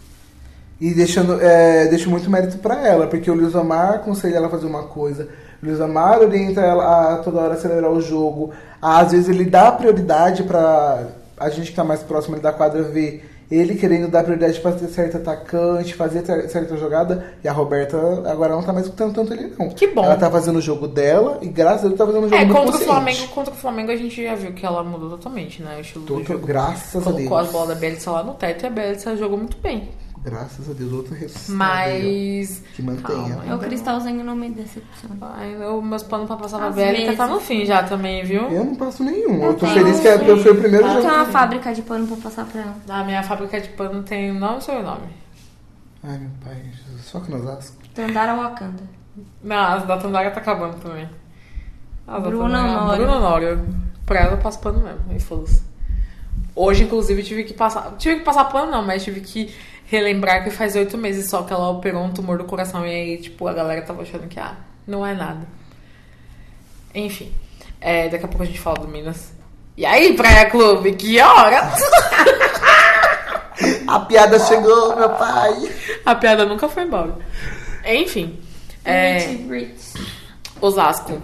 D: E deixando, é, deixo muito mérito pra ela, porque o Luiz Amar aconselha ela a fazer uma coisa, o Luiz Amar orienta ela a toda hora acelerar o jogo, às vezes ele dá prioridade pra a gente que tá mais próximo ali da quadra ver ele querendo dar prioridade pra ter certo atacante, fazer ter- certa jogada, e a Roberta agora não tá mais escutando tanto ele não.
B: Que bom.
D: Ela tá fazendo o jogo dela, e graças a Deus tá fazendo o jogo
B: é,
D: muito
B: contra o,
D: consciente.
B: Flamengo, contra o Flamengo a gente já viu que ela mudou totalmente, né? O estilo do
D: Todo,
B: jogo.
D: graças a Deus.
B: Colocou as bolas da Belitza lá no teto e a Belitza jogou muito bem.
D: Graças a Deus, outro ressuscitado aí,
B: Mas.
D: ó, Que mantenha.
B: Calma.
C: É o cristalzinho não me decepciona.
B: Ai, eu- meus panos pra passar na
C: Às
B: Belitza tá
C: vezes.
B: no fim já também, viu?
D: Eu não passo nenhum. Eu tô
C: tenho
D: feliz que é-
C: um-
D: eu fui o primeiro
C: Eu
D: jogo.
C: tenho uma fábrica de pano pra passar pra ela.
B: A minha fábrica de pano tem nome e sobrenome.
D: Ai, meu pai, Jesus, só que nós asco.
C: Tandara Wakanda.
B: Não, as da Tandara tá acabando também. As da
C: Bruna
B: Tandara-
C: Honório.
B: Bruna Honório. Pra ela eu passo pano mesmo. E foda-se. Hoje, inclusive, tive que passar. Tive que passar pano, não, mas tive que relembrar que faz oito meses só que ela operou um tumor do coração. E aí, tipo, a galera tava achando que, ah, não é nada. Enfim. é, daqui a pouco a gente fala do Minas. E aí, Praia Clube, que hora?
D: A piada chegou, meu pai.
B: A piada nunca foi embora. Enfim. É...
C: Brit, Brit.
B: Osasco.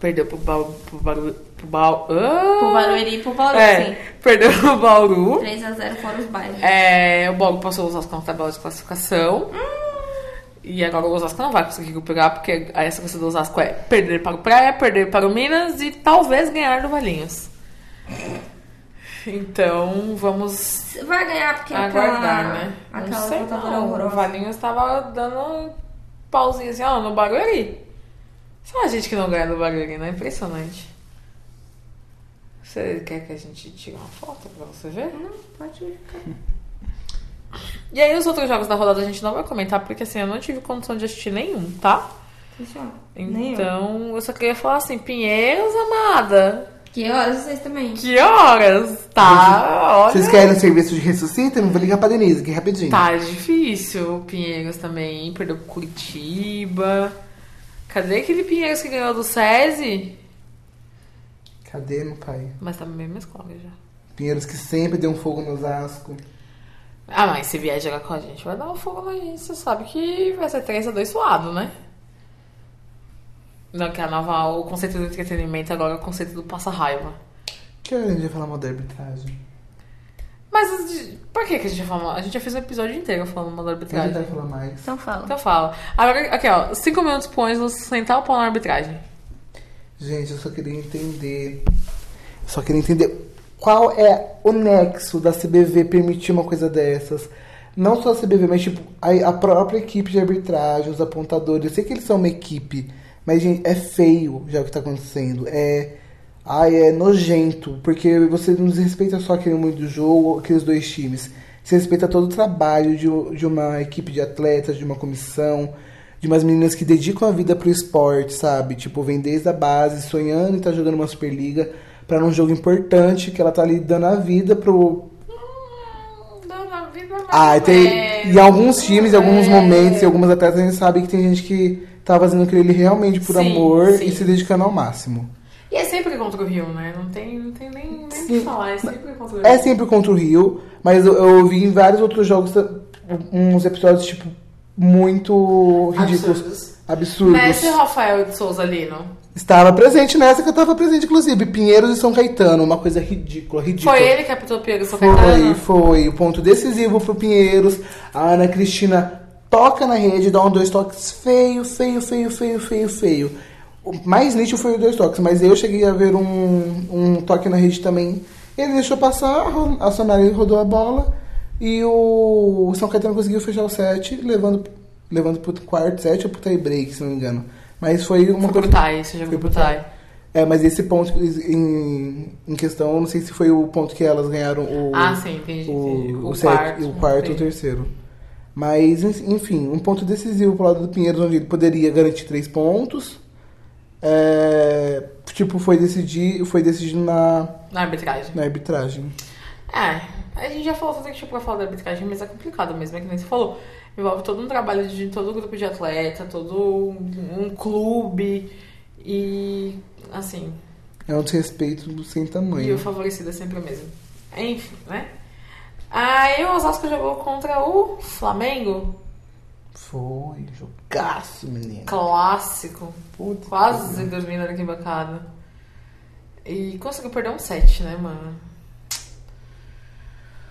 B: Perdeu pro Bauru. Pro Bauru. Pro Bauru. Ah!
C: Pro Barueri, pro Bauru,
B: É,
C: sim.
B: perdeu pro Bauru.
C: 3x0 fora os bairros.
B: É, o Bauru passou o Osasco na tabela de classificação. E agora o Osasco não vai conseguir recuperar, porque a sequência do Osasco é perder para o Praia, perder para o Minas e talvez ganhar do Valinhos. Então, vamos
C: Vai ganhar porque
B: aguardar,
C: é aquela,
B: né?
C: aquela
B: não sei
C: contadora
B: não. O
C: horrorosa.
B: Valinhos tava dando um pauzinho assim, ó, no Barueri. Só a gente que não ganha no Barueri, não é impressionante. Você quer que a gente tire uma foto pra você ver?
C: Não, pode ficar.
B: E aí os outros jogos da rodada a gente não vai comentar, porque assim, eu não tive condição de assistir nenhum, tá?
C: Fechou. Nem eu.
B: Então, eu só queria falar assim, Pinheiros, amada,
C: Que horas vocês também?
B: que horas? Tá, olha...
D: Vocês querem um serviço de ressuscita? Eu vou ligar pra Denise aqui rapidinho.
B: Tá difícil. O Pinheiros também perdeu pro Curitiba. Cadê aquele Pinheiros que ganhou do SESI?
D: Cadê, meu pai?
B: Mas tá na mesma escola já.
D: Pinheiros que sempre deu um fogo no Osasco.
B: Ah, mas se vier jogar com a gente, vai dar um fogo na gente. Você sabe que vai ser 3x2 suado, né? Não, que a nova, o conceito do entretenimento agora é o conceito do passa-raiva.
D: Que hora a gente vai falar mal da arbitragem?
B: Mas de- por que, que a gente fala? A gente já fez um episódio inteiro falando mal da
D: A gente vai
B: arbitragem.
D: falar mais.
C: Então fala.
B: Então fala. Agora, aqui ó, 5 minutos pões você sentar o pau na arbitragem.
D: Gente, eu só queria entender. Eu só queria entender qual é o nexo da CBV permitir uma coisa dessas. Não só a CBV, mas tipo, a, a própria equipe de arbitragem, os apontadores. Eu sei que eles são uma equipe, mas, gente, é feio já o que tá acontecendo. É. Ai, é nojento, porque você não desrespeita só aquele mundo do jogo, aqueles dois times. Você respeita todo o trabalho de, u- de uma equipe de atletas, de uma comissão, de umas meninas que dedicam a vida pro esporte, sabe? Tipo, vem desde a base, sonhando e tá jogando uma Superliga pra um jogo importante que ela tá ali dando a vida pro.
B: Não, na vida mais
D: Ah,
B: ou
D: tem.
B: menos.
D: Em alguns times, em alguns
B: É.
D: momentos, em algumas atletas, a gente sabe que tem gente que tá fazendo aquilo ali realmente por
B: Sim,
D: amor
B: sim.
D: e se dedicando ao máximo.
B: E é sempre contra o Rio, né? Não tem, não tem nem nem o que
D: Sim.
B: falar, é sempre contra o Rio.
D: É sempre contra o Rio, mas eu, eu vi em vários outros jogos uns episódios, tipo, muito ridículos.
B: Absurdos.
D: Absurdos.
B: Messi e é Rafael de Souza Lino.
D: Estava presente nessa que eu tava presente, inclusive. Pinheiros e São Caetano, uma coisa ridícula, ridícula.
B: Foi né? ele que apitou o Piero São
D: Foi,
B: Caetano?
D: foi. O ponto decisivo pro Pinheiros. A Ana Cristina toca na rede, dá um dois toques feio, feio, feio, feio, feio, feio. O mais nítido foi o dois toques, mas eu cheguei a ver um, um toque na rede também. Ele deixou passar, ro- a Sonari rodou a bola e o o São Caetano conseguiu fechar o set, levando, levando pro quarto set ou pro tie break, se não me engano. Mas foi uma
B: Foi pro Tai, esse jogo
D: Foi
B: foi pro
D: pro
B: Tai.
D: É, mas esse ponto em, em questão, não sei se foi o ponto que elas ganharam o
B: Ah, sim, né? entendi. entendi.
D: o, o, set- o quarto e o
B: entendi.
D: terceiro. Mas, en- enfim, um ponto decisivo pro lado do Pinheiros, onde ele poderia garantir três pontos. É, tipo, foi decidir, foi decidido na,
B: Na arbitragem.
D: na arbitragem.
B: É, a gente já falou tudo que tinha pra falar da arbitragem, mas é complicado mesmo, é que nem você falou. Envolve todo um trabalho de todo um grupo de atleta, todo um, um clube e, assim,
D: É um desrespeito sem
B: E o
D: tamanho.
B: favorecido é sempre o mesmo. Enfim, né? Aí o Osasco jogou contra o Flamengo.
D: Foi, jogaço, menino.
B: Clássico.
D: Puta
B: Quase dormindo na arquibancada. E conseguiu perder um set, né, mano?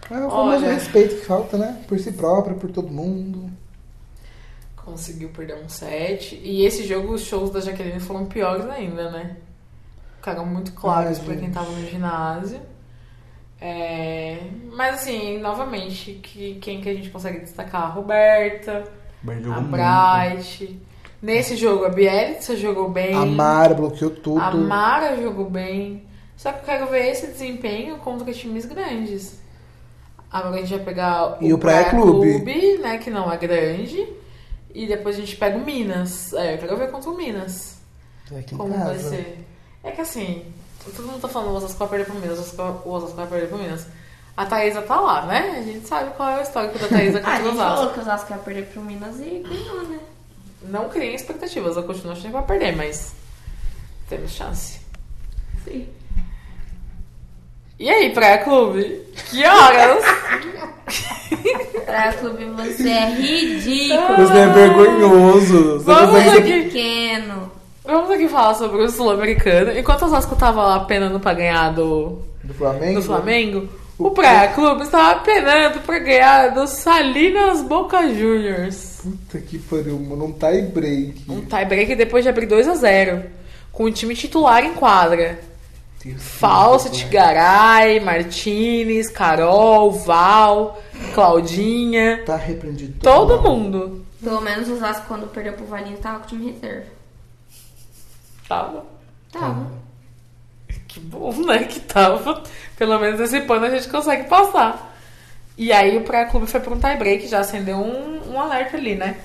D: É uma forma de
B: Olha.
D: respeito que falta, né? Por si próprio, por todo mundo.
B: Conseguiu perder um set. E esse jogo, os shows da Jaqueline foram piores ainda, né? Ficaram muito claros
D: Ai,
B: pra quem
D: gente.
B: tava no ginásio. É, Mas assim, novamente, que... quem que a gente consegue destacar? A Roberta. A Bright. Nesse jogo, a Bielitsa jogou bem.
D: A Mara bloqueou tudo.
B: É. A Mara jogou bem. Só que eu quero ver esse desempenho contra times grandes. Agora a gente vai pegar
D: E o Praia Clube.
B: Clube, né? Que não é grande. E depois a gente pega o Minas. É, eu quero ver contra o Minas.
D: É aqui em
B: Como
D: casa.
B: vai ser? É que assim, todo mundo tá falando o Osasco vai perder pro Minas, o Osasco- o Osasco vai perder pro Minas. A Thaísa tá lá, né? A gente sabe qual é o histórico da Thaísa
C: Ah, a
B: contra o
C: gente
B: Osasco.
C: falou que o Osasco ia perder pro Minas e ganhou, né?
B: Não criem expectativas, eu continuo achando que vai perder, mas temos chance.
C: Sim.
B: E aí, Praia Clube? Que horas?
C: Pra clube, você é ridículo.
D: Você é vergonhoso. Você
B: Vamos
C: Você
D: consegue
C: é
D: ser
B: aqui.
C: pequeno.
B: Vamos aqui falar sobre o Sul-Americano. Enquanto o Osasco tava lá penando pra ganhar do,
D: Do Flamengo?
B: do Flamengo, o Praia Clube estava penando pra ganhar do Salinas Boca Juniors.
D: Puta que pariu, mano. Um tie break.
B: Um tie break depois de abrir 2 a 0 com o time titular em quadra.
D: Deus,
B: Falsa,
D: Deus,
B: Tigaray, Martinez, Carol, Val, Claudinha.
D: Tá repreendido.
B: Todo mundo.
C: Pelo menos o Vasco, quando perdeu pro Valinho, tava com o time reserva.
B: Tava.
C: Tava.
B: Que bom, né? Que tava. Pelo menos esse pano a gente consegue passar. E aí o pré-clube foi pra um tie-break, já acendeu um, um alerta ali, né?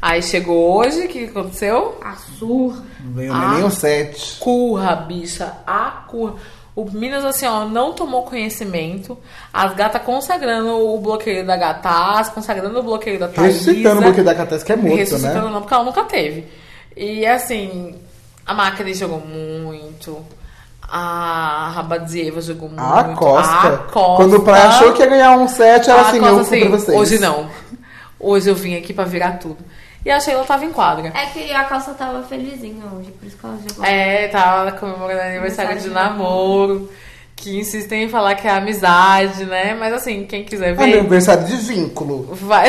B: Aí chegou hoje, o que aconteceu?
C: A surra.
D: Não ganhou
B: Ah.
D: nem um set.
B: Curra, bicha, a curra. O Minas, assim, ó, não tomou conhecimento. As gatas consagrando o bloqueio da Gataz, consagrando o bloqueio da Thaís.
D: Ressuscitando o bloqueio da Catas, que é morto,
B: Tá Ressuscitando
D: né?
B: não, porque ela nunca teve. E assim, a Macri jogou muito. A Rabadieva jogou muito.
D: A Costa.
B: A Costa.
D: Quando o Praia achou que ia ganhar um set, ela
B: A
D: assim,
B: Costa,
D: eu fui pra vocês.
B: Hoje não. Hoje eu vim aqui pra virar tudo. E a Sheila tava em quadra.
C: É que a calça tava felizinha hoje, por isso que ela jogou.
B: É, tava comemorando aniversário de namoro. Que insistem em falar que é amizade, né? Mas assim, quem quiser
D: É meu
B: ver,
D: aniversário de vínculo.
B: vai,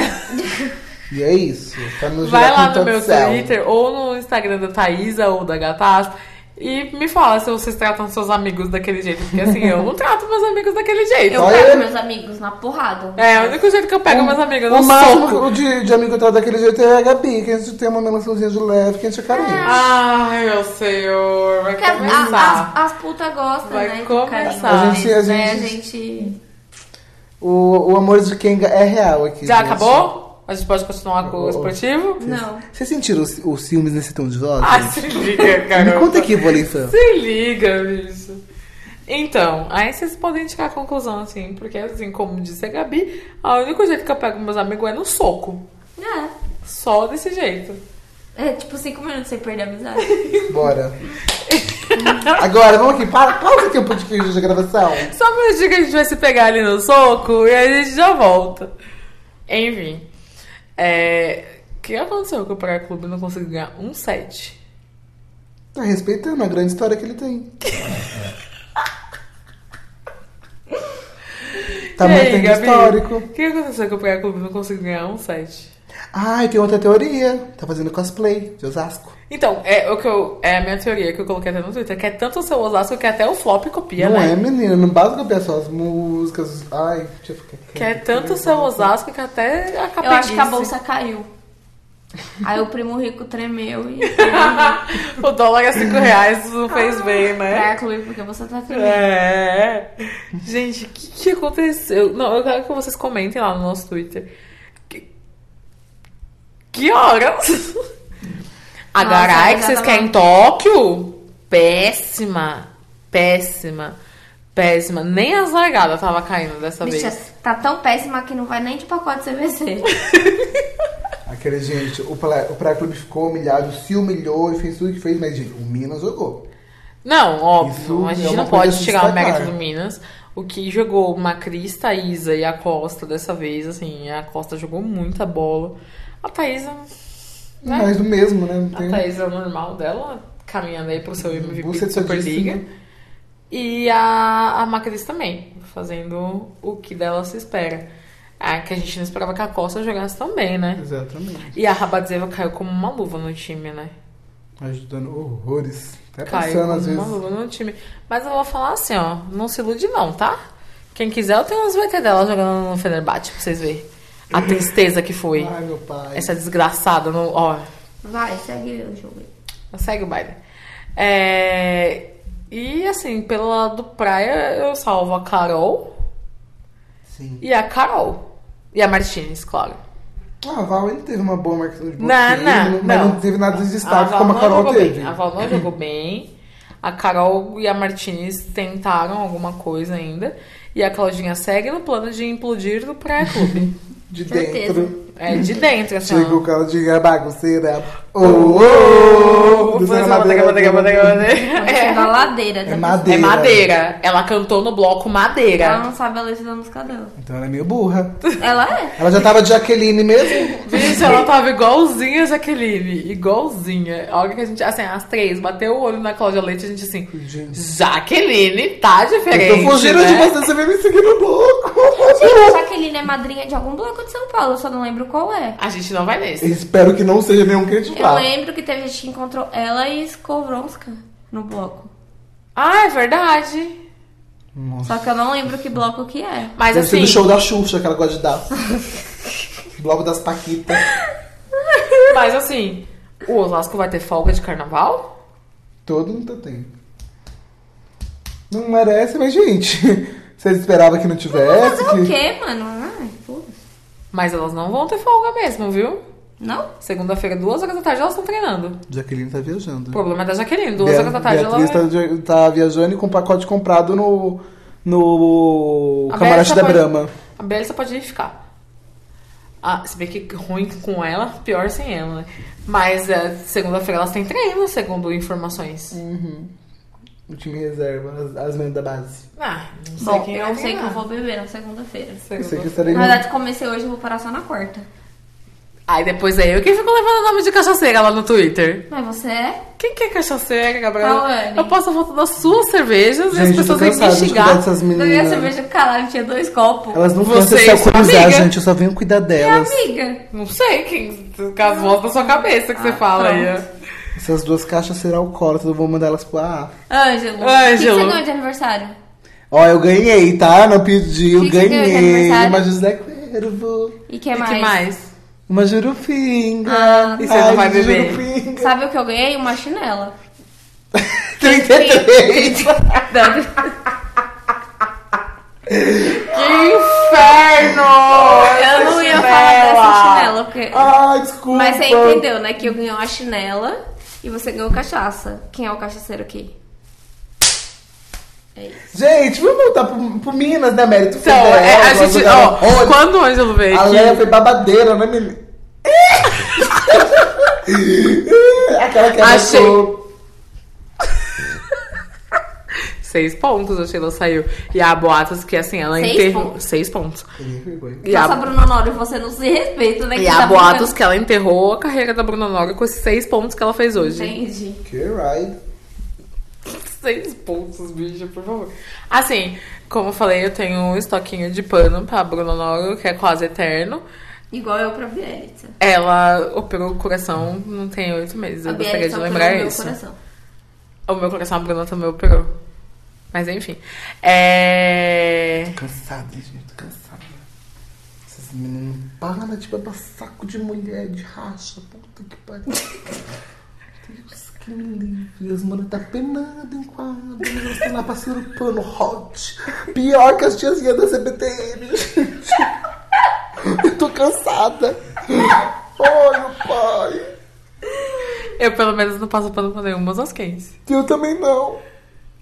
D: E é isso. Pra não
B: vai
D: jurar
B: lá
D: com
B: no
D: tanto
B: meu
D: céu.
B: Twitter ou no Instagram da Thaisa ou da Gatasta e me fala se vocês tratam seus amigos daquele jeito. Porque assim, eu não trato meus amigos daquele jeito.
C: Eu
D: Olha-
C: pego meus amigos na porrada.
B: É, o único jeito que eu pego meus amigos, no
D: Um- O máximo
B: um soco.
D: de, de amigo que eu daquele jeito é a Gabi, que a gente tem uma melancia de leve, que a gente é
B: Ah.
D: carinho.
B: Ai, meu senhor, vai
C: Porque as,
B: começar.
C: as, as putas gostam,
B: Vai
C: né? de né,
B: começar.
C: carinho.
D: A gente- a
C: Daí
D: gente-
C: gente-
D: O, o amor de Kenga é real aqui.
B: Já
D: gente.
B: acabou? A gente pode continuar com o
D: Oh.
B: esportivo?
C: Não.
D: Vocês sentiram os, os filmes nesse tom de voz?
B: Ah, se liga, cara.
D: Me conta aqui, Bolifã.
B: Se liga, bicho. Então, aí vocês podem tirar a conclusão, assim, porque assim, como disse a Gabi, o único jeito que eu pego meus amigos é no soco.
C: É.
B: Só desse jeito.
C: É tipo cinco minutos sem perder a amizade.
D: Bora. Agora, vamos aqui. Para, pausa aqui um pouquinho de gravação.
B: Só me diga que a gente vai se pegar ali no soco e aí a gente já volta. Enfim. É. O que aconteceu que o Praia Clube não conseguiu ganhar um set?
D: Tá respeitando a grande história que ele tem.
B: E aí, Gabi?
D: Tamanho Tá histórico.
B: O que aconteceu que o Praia Clube não conseguiu ganhar um set?
D: Ah, e tem outra teoria. Tá fazendo cosplay de Osasco.
B: Então, é o que eu. É a minha teoria que eu coloquei até no Twitter, que é tanto o seu Osasco que até o flop copia,
D: não
B: né?
D: é, menina? Não basta copiar só as músicas. Ai, deixa eu ficar aqui.
B: Que é tanto o seu Osasco que até a
C: Eu acho que a
B: capeguice.
C: bolsa caiu. Aí o primo rico tremeu e.
B: o dólar a 5 reais
C: Ah,
B: não fez bem, né?
C: Pra clube, porque você tá tremendo.
B: É. Gente, o que, que aconteceu? Não, eu quero que vocês comentem lá no nosso Twitter. Que, que horas? A
C: Nossa,
B: Garay que
C: já
B: vocês
C: tava-
B: querem em Tóquio? Péssima. Péssima. Péssima. Nem as largadas tava caindo dessa
C: Bicha,
B: vez.
C: tá tão péssima que não vai nem de pacote CVC.
D: Aquele, gente, o Praia o Praia Clube ficou humilhado, se humilhou e fez tudo que fez, mas, gente, o Minas jogou.
B: É. Não,
D: Isso
B: óbvio, a
D: é
B: gente
D: uma
B: não
D: coisa
B: pode
D: a se
B: tirar o
D: destacar.
B: mérito do Minas. O que jogou uma Cris, Thaísa e a Costa dessa vez, assim, a Costa jogou muita bola. A Thaísa, né?
D: Mais do mesmo, né? Não
B: A Thaísa é o normal dela, caminhando aí pro seu MVP
D: Você
B: de Superliga. E a, a Macris também, fazendo o que dela se espera. Ah, que a gente não esperava que a Costa jogasse também, né?
D: Exatamente.
B: E a Rabadzeva caiu como uma luva no time, né?
D: Ajudando horrores. Até
B: Caiu
D: passando, às
B: como uma
D: vezes.
B: luva no time. Mas eu vou falar assim, ó. Não se ilude não, tá? Quem quiser, eu tenho umas VT dela jogando no Fenerbahçe, pra vocês verem. A tristeza que foi.
D: Ai, meu pai.
B: Essa desgraçada. No, ó,
C: Vai, segue o jogo.
B: segue o baile. É, E, assim, pelo lado do praia, eu salvo a Carol
D: Sim.
B: e a Carol. E a Martinez, claro.
D: Ah, a Val ele teve uma boa marcação
B: Não,
D: de bloqueio,
B: não,
D: mas
B: não.
D: não. teve nada de destaque
B: Val
D: como a
B: não
D: Carol
B: jogou
D: teve.
B: Bem. A Val não jogou bem. A Carol e a Martinez tentaram alguma coisa ainda. E a Claudinha segue no plano de implodir do pré-clube.
D: De
C: Certeza.
D: dentro.
B: é de dentro, assim.
D: Chega o
B: ó.
D: cara de bagunceira. Oh, Ô, ô, ô,
B: Fazer
D: descendo a
B: uma
D: é
B: madeira,
D: madeira. né?
B: madeira, madeira.
C: É da ladeira.
D: É
C: tá?
B: É
D: madeira. Ah,
B: madeira. Ela cantou no bloco
C: Ela
B: Madeira.
C: não sabe a letra da música dela.
D: Então ela é meio burra.
C: Ela é.
D: Ela já tava de Jaqueline mesmo?
B: Bicho, ela tava igualzinha a Jaqueline. Igualzinha. A hora que a gente, assim, às três, bateu o olho na Cláudia Leite, a gente assim.
D: Gente.
B: Jaqueline tá diferente.
D: É Eu tô fugindo
B: né?
D: de você, você vem me seguir no bloco.
C: Gente, a Jaqueline é madrinha de algum bloco de São Paulo, eu só não lembro qual é.
B: A gente não vai nesse.
D: Espero que não seja nenhum
C: Eu
D: candidato.
C: lembro que teve gente que encontrou ela e Skovronska no bloco.
B: Ah, é verdade.
D: Nossa.
C: Só que eu não lembro que bloco que é.
B: Mas
D: Deve ser
B: assim,
D: do show da Xuxa que ela gosta de dar. Bloco das Paquitas.
B: mas assim, o Osasco vai ter folga de carnaval?
D: Todo mundo tem. Não merece, mas, gente. Vocês esperavam que não tivesse?
C: Fazer é o
D: que...
C: quê, mano? Ai, foda-se.
B: Mas elas não vão ter folga mesmo, viu?
C: Não?
B: Segunda-feira, duas horas da tarde, elas estão treinando.
D: Jaqueline tá viajando.
B: O problema é da Jaqueline, duas horas da tarde ela
D: Beatriz
B: vai...
D: tá, de- tá viajando e com pacote comprado no. No.
B: A
D: Camarote
B: Belisa
D: da
B: pode-
D: Brahma.
B: A Belisa pode ficar. Ah, se bem que ruim com ela, pior sem ela, né? Mas é, segunda-feira elas têm treino, segundo informações.
D: O time reserva, as, as meninas da base.
B: Ah, não sei
C: Bom,
B: quem é
C: eu
B: o
C: sei que
B: Renato.
C: eu vou beber na segunda-feira.
B: Tá
D: Eu sei que
B: Segunda-
D: estarei
C: Na verdade, comecei hoje e vou parar só na quarta.
B: Aí depois é eu que fico levando o nome de cachaceira lá no Twitter.
C: Mas você é?
B: Quem que é cachaceira, Gabriela?
C: Tawane.
B: Eu posto a foto das suas cervejas e as
D: Gente, eu
B: pessoas
D: tô
B: vêm me
D: cansado de cuidar
B: xingar.
D: dessas
C: Daí a
D: meninas.
C: cerveja, caralho, tinha dois copos.
D: um- Elas não vão
B: Você
D: se
B: e sua
D: alcoolizar,
B: amiga.
D: gente. Eu só venho cuidar
C: Minha
D: delas.
C: amiga.
B: Não sei quem, com as vozes da sua cabeça que
C: Ah,
B: você fala aí. ó.
D: Essas duas caixas serão alcoólatras, eu vou mandar elas pro AA.
C: Ângelo.
B: Ângelo.
C: O que você ganhou de aniversário?
D: Ó, eu ganhei, tá? Não pedi, eu
C: Que que ganhou de
D: ganhei.
C: aniversário?
D: Uma José Cuervo,
C: E que
B: E
C: mais?
B: que mais?
D: uma Jurufinga.
C: Ah,
B: E você não
D: Ai,
B: vai beber?
D: Jurufinga.
C: Sabe o que eu ganhei? Uma chinela.
B: é?
D: 33.
B: Que inferno!
C: Eu não ia falar dessa chinela, porque...
D: Ah, desculpa.
C: Mas você entendeu, né? Que eu ganhei uma chinela e você ganhou cachaça. Quem é o cachaceiro aqui? É isso.
D: Gente, vamos voltar pro, pro Minas, né, Mérito?
B: Então, é, a gente, ó, quando o Ângelo veio
D: A
B: aqui,
D: Leia foi babadeira, né, menina? É Aquela que
B: Achei.
D: amassou.
B: seis pontos o Sheila saiu. E há boatos que, assim, ela
C: Seis
B: enterrou...
C: pontos?
B: Seis pontos.
D: Ninguém vergonha.
B: E
C: Nossa,
B: há-
C: Bruno Honório, você não se respeita, né?
B: E
C: que
B: há
C: tá
B: boatos
C: brincando.
B: que ela enterrou a carreira da Bruna Noga com esses seis pontos que ela fez hoje.
C: Entendi.
D: Que right.
B: Seis pontos, bicho, por favor. Assim, como eu falei, eu tenho um estoquinho de pano pra Bruna Noga, que é quase eterno.
C: Igual eu pra Bielitsa.
B: Ela operou o coração não tem oito meses. Eu
C: a
B: gostaria
C: Bielitsa
B: de
C: operou
B: lembrar
C: meu
B: isso.
C: coração.
B: O meu coração, a Bruna também operou. Mas enfim. É.
D: Cansada, gente, tô cansada. Essas meninas não param né? de babar saco de mulher, de racha, puta que pariu. Deus que me livre. As meninas tá penando em quadro, elas estão lá passando pano hot. Pior que as tiazinhas da CPTM, gente. Eu tô cansada. Olha o pai.
B: Eu pelo menos não passo pano pra nenhuma das quentes.
D: Eu também não.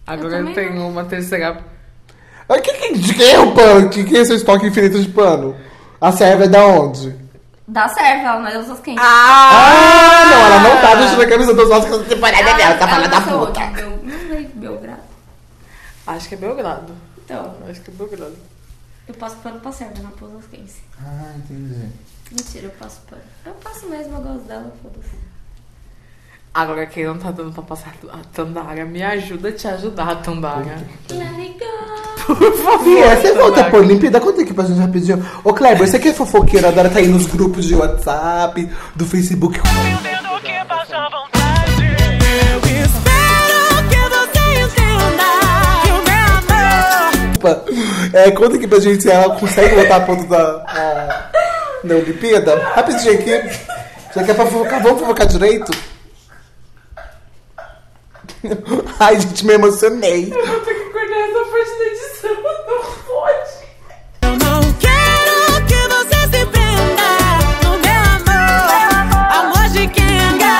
B: Agora eu,
C: também
B: tenho uma terceira.
D: Ah, que- que- De quem é o pano? De quem é seu estoque infinito de pano? A serva é da onde?
C: Dá certo, ela não é das quentes.
D: Ah, não, ela não tá vestindo a camisa dos nossos essa
B: é
D: temporada dela, tá falando da
C: nasceu
D: puta.
C: onde? Bel- Não sei, Belgrado.
B: Acho que é Belgrado.
C: Então,
B: Acho que é Belgrado.
C: eu passo pano pra Serva, não pros quentes.
D: Ah, entendi.
C: Mentira, eu passo pano. Eu passo mesmo, eu gosto dela, foda-se.
B: Agora quem não tá dando pra passar a Tandara, me ajuda a te ajudar, Tandara.
C: Let it go.
B: Por favor.
D: Fia, você é volta
B: Tandara.
D: pro Olimpíada, conta aqui pra gente um rapidinho. Ô, Kleber, você que é fofoqueiro, adora tá aí nos grupos de WhatsApp, do Facebook.
E: Entendo que passa à vontade. Eu espero que você entenda que o meu amor
D: Opa. É, conta aqui pra gente se ela consegue voltar a ponto da, a- da Olimpíada. Rapidinho aqui. Já que é pra fofocar, vamos fofocar direito? Ai, gente, me emocionei.
B: Eu tenho que cortar essa parte da edição, não pode.
E: Eu não quero que você se prenda no meu amor, amor de Kenga.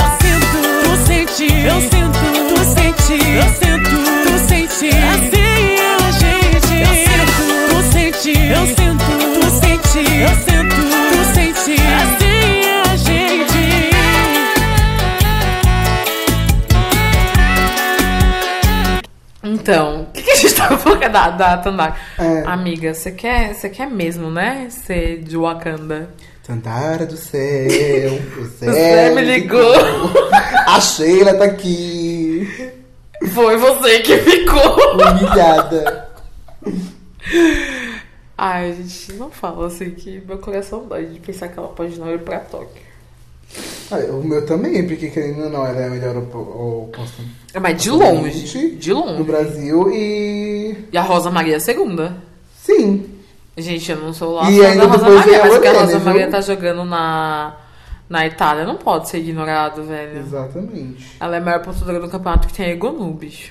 E: Eu sinto, tu senti, eu sinto, tu senti, eu sinto, tu senti. Assim a gente. Eu sinto, tu senti, eu sinto, tu senti, eu sinto, tu senti. Assim a gente.
B: Então, o que, que a gente tava falando da, da Tandara?
D: É.
B: Amiga, você quer, você quer mesmo, né? Ser de Wakanda.
D: Tandara do céu, o céu.
B: Você me ligou.
D: A Sheila tá aqui.
B: Foi você que ficou.
D: Humilhada.
B: Ai, gente, não fala assim que meu coração dói de pensar que ela pode não ir pra Tóquio.
D: Olha, o meu também, porque querendo ou não, ela é a melhor op- oposta.
B: É, Mas de longe. De
D: No
B: longe.
D: Brasil e.
B: E a Rosa Maria é a segunda.
D: Sim.
B: Gente, eu não sou lá
D: E
B: fã
D: ainda
B: da Rosa
D: depois
B: Maria,
D: é a
B: mas o que a
D: Helena,
B: Rosa
D: viu?
B: Maria tá jogando na, na Itália não pode ser ignorado, velho.
D: Exatamente.
B: Ela é a maior pontuadora do campeonato que tem a Egonu, bicho.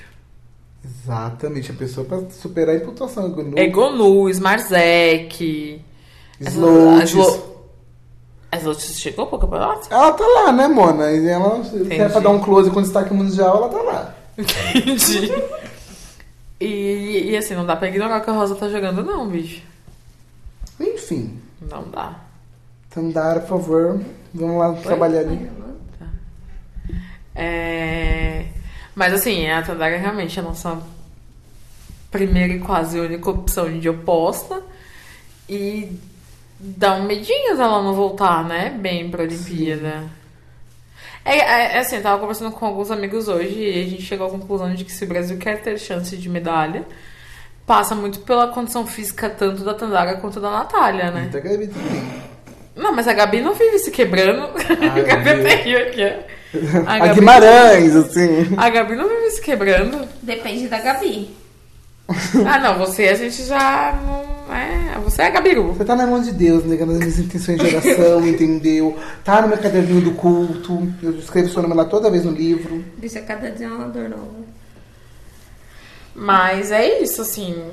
D: Exatamente. A pessoa pra superar a imputação. é Egonu,
B: É Egonu, Smarzek. essas- a
D: Slotes.
B: Slo- A Slotes chegou pro campeonato?
D: Ela tá lá, né, Mona? E ela, se é pra dar um close com destaque mundial, ela tá lá.
B: Entendi. E, e assim, não dá pra ignorar que a Rosa tá jogando, não, bicho.
D: Enfim.
B: Não dá.
D: Tandara, por favor, vamos lá trabalhar ali.
B: É... Mas assim, a Tandara é realmente a nossa primeira e quase única opção de oposta. E dá um medinho dela não voltar, né? Bem pra Olimpíada. É, é, é assim, eu tava conversando com alguns amigos hoje e a gente chegou à conclusão de que se o Brasil quer ter chance de medalha, passa muito pela condição física tanto da Tandara quanto da Natália, né?
D: Eita, Gabi também.
B: Não, mas a Gabi não vive se quebrando. a Gabi
D: Gabi.
B: até riu aqui, ó.
D: A Guimarães, assim.
B: A Gabi não vive se quebrando.
C: Depende da Gabi.
B: Ah, não, você a gente já não é. Você é a Gabiru.
D: Você tá na mão de Deus, negando as minhas intenções de oração, entendeu? Tá no meu caderninho do culto. Eu escrevo seu nome lá toda vez no livro.
C: Bicho, é cada dia uma dor nova.
B: Mas é isso, assim.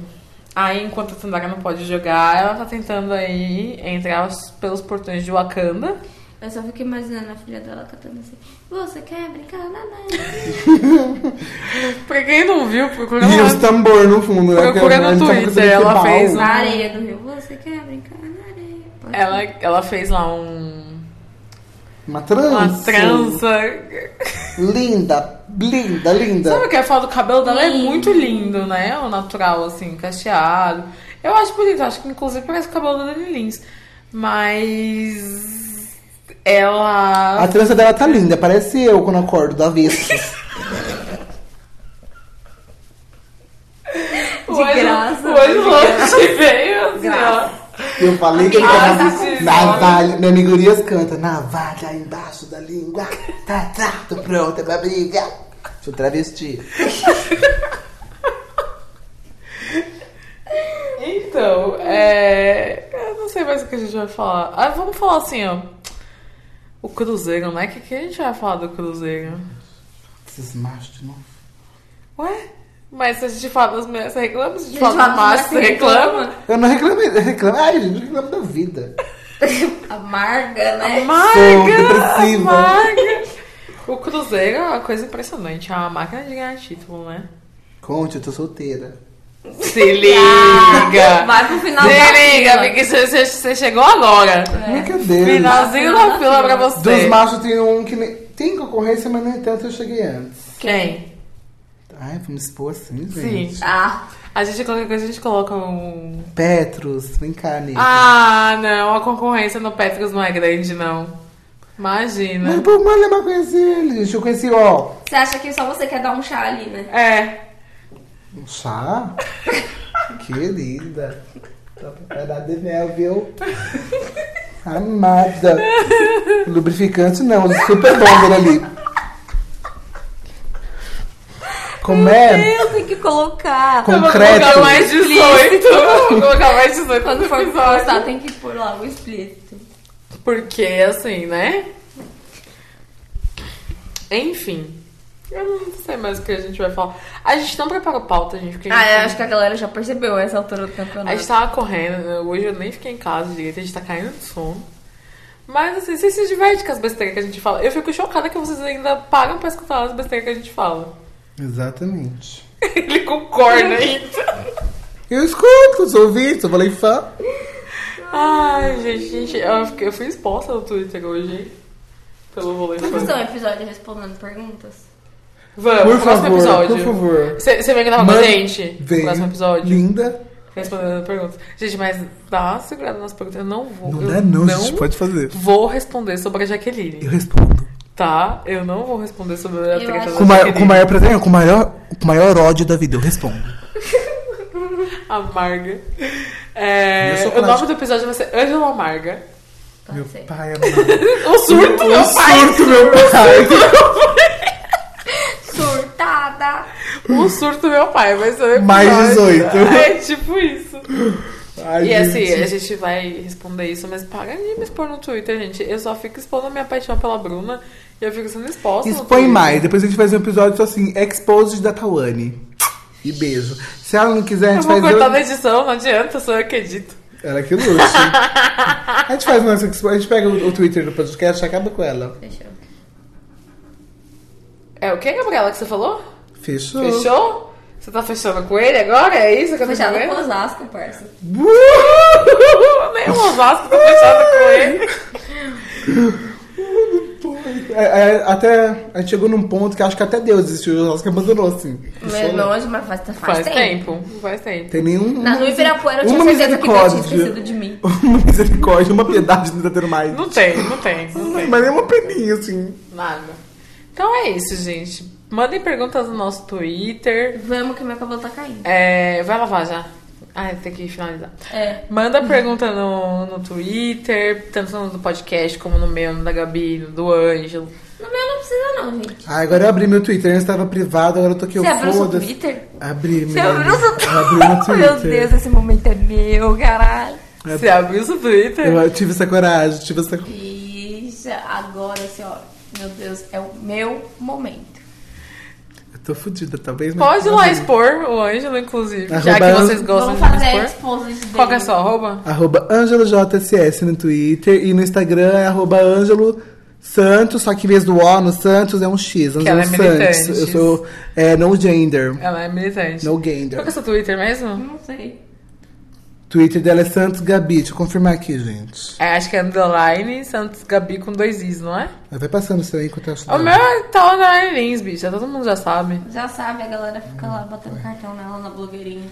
B: Aí, enquanto a Tandara não pode jogar, ela tá tentando aí entrar os- pelos portões de Wakanda.
C: Eu só fico imaginando a filha dela cantando assim. Você quer brincar na neve?
B: Pra quem não viu, procura
D: E os
B: lá.
D: tambor no fundo, né?
B: Procura
D: Porque a
B: no
D: gente tá
B: Twitter,
D: procurando
B: ela
D: que
B: fez
D: pau.
C: Na areia do rio. Você quer brincar na areia? Pode
B: Ela, ela fez lá um.
D: Uma trança.
B: Uma trança.
D: Linda, linda, linda.
B: Sabe o que é foto do cabelo dela? É
C: Lindo.
B: muito lindo, né? O natural, assim, cacheado. Eu acho bonito, acho que inclusive parece o cabelo da Dani Lins. Mas. Ela.
D: A trança dela tá linda, parece eu quando acordo da avesso.
B: o Ângelo-
C: graça,
B: O Angelo veio, assim, ó.
D: Eu falei que eu
B: Nossa,
D: tava
B: Jesus.
D: navalha. Minha amiga Urias canta navalha embaixo da língua. Tá, tá, tô pronta pra briga. Deixa eu travesti.
B: Então, é. Eu não sei mais o que a gente vai falar. Ah, vamos falar assim, ó. O Cruzeiro, né? O que, que a gente vai falar do Cruzeiro?
D: Esses machos de novo.
B: Ué? Mas se a gente fala das mulheres, você reclama? Se a gente
C: A gente
B: fala do
C: fala das
B: macho, você
C: mulheres, você
B: reclama?
D: Eu não reclamei, eu reclamo. Ai, gente, eu reclamo da vida.
C: Amarga, né?
D: Sou
B: Marga!
D: depressiva.
B: Marga! O Cruzeiro é uma coisa impressionante, é uma máquina de ganhar título, né?
D: Conte, eu tô solteira.
B: Se liga!
C: Vai pro final da
B: Se liga,
C: fila.
B: porque você- você você chegou agora.
D: Brincadeira.
B: Finalzinho É. da fila pra
D: Dos
B: você.
D: machos tem um que nem... tem concorrência, mas no entanto eu cheguei antes.
B: Quem?
D: Ai, vamos expor assim,
B: Sim.
D: gente.
C: Ah,
B: A gente qualquer coisa, a gente coloca um.
D: Petrus, vem cá, nego.
B: Ah, não, a concorrência no Petros não é grande, não.
D: Mas
B: Imagina.
D: por mal lembrar conheci ele, gente. Eu conheci, ó,
C: você acha que só você quer dar um chá ali, né?
B: É.
D: Um chá? Querida. Tá preparada de mel, viu? Amada. Lubrificante não, super bomber ali. Como é?
C: Eu tenho que colocar.
D: Com-
B: Eu vou
D: Concreto.
B: colocar mais 18. Eu Vou colocar mais 18.
C: Quando for
B: no episódio.
C: postar, tem que pôr lá o explícito.
B: Porque, assim, né? Enfim. Eu não sei mais o que a gente vai falar. A gente não preparou pauta, gente. Porque a
C: Ah,
B: gente,
C: eu acho que a galera já percebeu essa altura do campeonato.
B: a gente tava correndo. né? Hoje eu nem fiquei em casa direito. A gente tá caindo de sono. Mas, assim, vocês se divertem com as besteiras que a gente fala. Eu fico chocada que vocês ainda pagam pra escutar as besteiras que a gente fala.
D: Exatamente.
B: Ele concorda ainda.
D: Eu escuto, os ouvintes, eu falei fã.
B: Ai, gente, gente eu, fiquei- eu fui exposta no Twitter hoje, hein? Pelo rolê.
C: Vamos fazer um episódio respondendo perguntas?
B: Vamos,
D: Por
B: próximo
D: favor,
B: episódio.
D: por favor.
B: Você você vem gravar com a
D: Manda-
B: gente?
D: Vem.
B: Próximo episódio.
D: Linda.
B: Respondendo perguntas. Gente, mas dá uma segurada nas perguntas. Eu não vou.
D: Não
B: eu
D: dá é não, gente, pode fazer.
B: Vou responder sobre a
D: Eu
B: Jaqueline.
D: respondo.
B: Tá? Eu não vou responder sobre a
C: Eu
B: treta
C: acho-
B: da
D: Com o maior,
B: Jaqueline.
D: com o maior, prazer, com o maior, com o maior ódio da vida, eu respondo.
B: Amarga. É,
D: Eu sou
B: o nome
D: fanático.
B: É, do episódio vai ser Ângela Amarga.
C: Pode
D: Meu
C: ser.
D: pai amado.
B: O surto,
D: Eu
B: meu pai.
D: surto, meu pai.
C: Surtada!
B: O um surto, meu pai. Vai ser um
D: Mais
B: episódio.
D: 18.
B: É tipo isso.
D: Ai,
C: é
B: E assim,
D: gente.
B: a gente vai responder isso, mas para de me expor no Twitter, gente. Eu só fico expondo a minha paixão pela Bruna e eu fico sendo exposta. no
D: Expõe
B: Twitter.
D: mais. Depois a gente faz um episódio só assim, exposes da Tawane. E beijo. Se ela não quiser, a
B: Eu
D: gente
B: vou
D: faz.
B: cortar
D: outro-
B: na edição, não adianta, só eu que edito.
D: Ela é que luxe. a gente faz uma expo- A gente pega o, o Twitter do podcast e acaba com ela.
C: Deixa eu.
B: É o que, Gabriela, que você falou?
D: Fechou.
B: Fechou? Você tá fechando com ele agora? É isso que eu tô
C: Fechado tá com
B: sabendo?
C: Osasco, parça.
B: Uh! Nem o Osasco tá fechado com ele.
D: É, é, até. A gente chegou num ponto que acho que até Deus desistiu. Osasco que abandonou, assim.
C: Mas longe, mas faz, faz,
B: Faz
C: tempo.
B: tempo, faz tempo.
D: Tem nenhum.
C: Na, no Ibirapuera eu tinha
D: uma
C: certeza que Deus tinha
D: misericórdia.
C: esquecido de mim.
D: Uma misericórdia, uma piedade não tá tendo mais.
B: Não tem, não tem, não tem.
D: Mas nem uma peninha, assim.
B: Nada. Então é isso, gente. Mandem perguntas no nosso Twitter.
C: Vamos que meu cabelo tá caindo.
B: É, vai lavar já. Ah, tem que finalizar.
C: É.
B: Manda pergunta no, no Twitter, tanto no do podcast como no meu, no da Gabi, no do Ângelo.
C: No meu não precisa, não, gente.
D: Ah, agora eu abri meu Twitter, eu estava privado, agora eu tô aqui, eu
C: Você abriu seu
D: foda-se.
C: Twitter?
D: Abri,
C: Você
D: meu.
C: abriu seu
D: Eu abri meu
C: Twitter?
D: Twitter.
C: Meu Deus, esse momento é meu, caralho.
D: É.
B: Você abriu seu Twitter?
D: Eu tive essa coragem, tive essa coragem.
C: Ixi, agora, assim, ó. Meu Deus, é o meu momento.
D: Eu tô fudida, talvez. né? mas-
B: Pode ir lá expor o Ângelo, inclusive, já que
D: Arroba-
B: vocês gostam
C: Vamos
B: de
C: fazer
B: me
C: a
B: expor.
C: exposição dele.
B: Qual que é a sua arroba?
D: Arroba AngeloJSS no Twitter e no Instagram é arroba Ângelo Santos, só que em vez do O no Santos é um X. Ângelo
B: ela é militante.
D: Santos. Eu sou é, no gender.
B: Ela é militante.
D: No
B: Qual que é
D: gender.
B: o seu Twitter mesmo?
C: Não sei.
D: Twitter dela é Santos Gabi. Deixa eu confirmar aqui, gente.
B: É, acho que é underline Santos Gabi com dois Is, não é?
D: Vai passando o seu aí enquanto eu acho.
B: O meu é tá underline Lins, bicha. Todo mundo já sabe.
C: Já sabe, a galera fica lá batendo cartão nela na blogueirinha.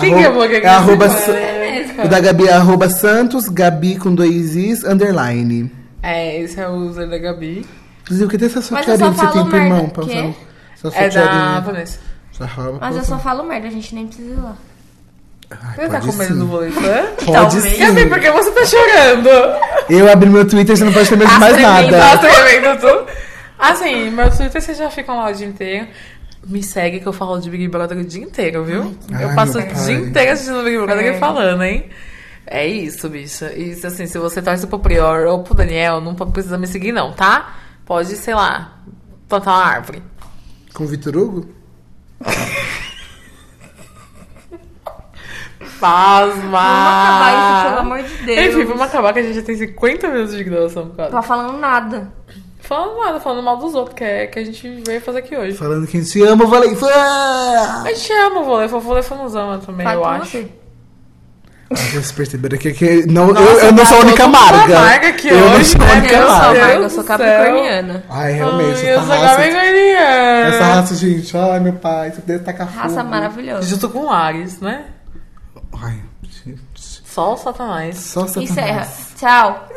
B: Quem que é blogueira que
D: É arroba
B: você
D: Sa-
B: conhece?
D: O da Gabi é arroba Santos Gabi com dois Is underline.
B: É, esse é o user da Gabi.
D: Inclusive, que tem essa
C: Mas
D: sortearinha
C: eu só
D: que você tem
C: falo
D: pro
C: merda.
D: irmão pra
C: Quê?
D: usar? Só
B: É da
D: sortearinha.
B: Vanessa.
D: Só arroba
C: Mas eu
D: pra
C: só
D: usar.
C: falo merda, a gente nem precisa ir lá.
D: Ai,
B: Você tá
D: pode
B: com medo
D: sim.
B: do Tá boletim?
D: Pode
C: Talvez.
D: sim.
B: Eu sei porque você tá chorando.
D: Eu abri meu Twitter, você não pode ter medo de mais
B: Tá
D: nada.
B: tremendo tu. Assim, meu Twitter vocês já ficam lá o dia inteiro. Me segue que eu falo de Big Brother o dia inteiro, viu?
D: Ai,
B: eu passo o
D: meu pai.
B: dia inteiro assistindo Big Brother
C: É.
B: e falando, hein? É isso, bicha. Isso, assim, se você torce pro Prior ou pro Daniel, não precisa me seguir, não, tá? Pode, sei lá, plantar uma árvore.
D: Com o Vitor Hugo?
B: Pasma! Vamos
C: acabar isso, pelo amor de Deus.
B: Ah. Enfim, vamos acabar que a gente já tem 50 minutos de gravação, cara.
C: Tá falando nada.
B: um Falando nada, falando mal dos outros, que é que a gente veio fazer aqui hoje.
D: Falando que a gente ama, eu falei. Ah, "Fã!"
B: A gente ama o Voleifo, o Voleifo nos ama também,
C: Fala
B: eu
C: com
B: acho.
C: você.
D: Vocês perceberam que, que não,
B: Nossa,
D: eu, eu não
B: tá
D: sou a única
B: todo mundo
D: amarga.
B: amarga aqui
D: eu não
B: hoje,
D: sou a
B: né?
D: única
B: Eu sou
D: amarga.
B: amarga.
C: eu
B: Deus
C: sou
B: do
C: capricorniana.
D: Ai, realmente,
B: Ai, eu
D: essa
B: sou
D: raça.
B: capricorniana.
D: Essa raça, gente. Ai, meu pai, isso deve tacar fogo.
B: Uhum.
C: Raça maravilhosa.
B: Junto com Ares, né?
D: Ai, gente.
B: Só o Satanás.
D: Só Satanás.
C: Encerra. Tchau.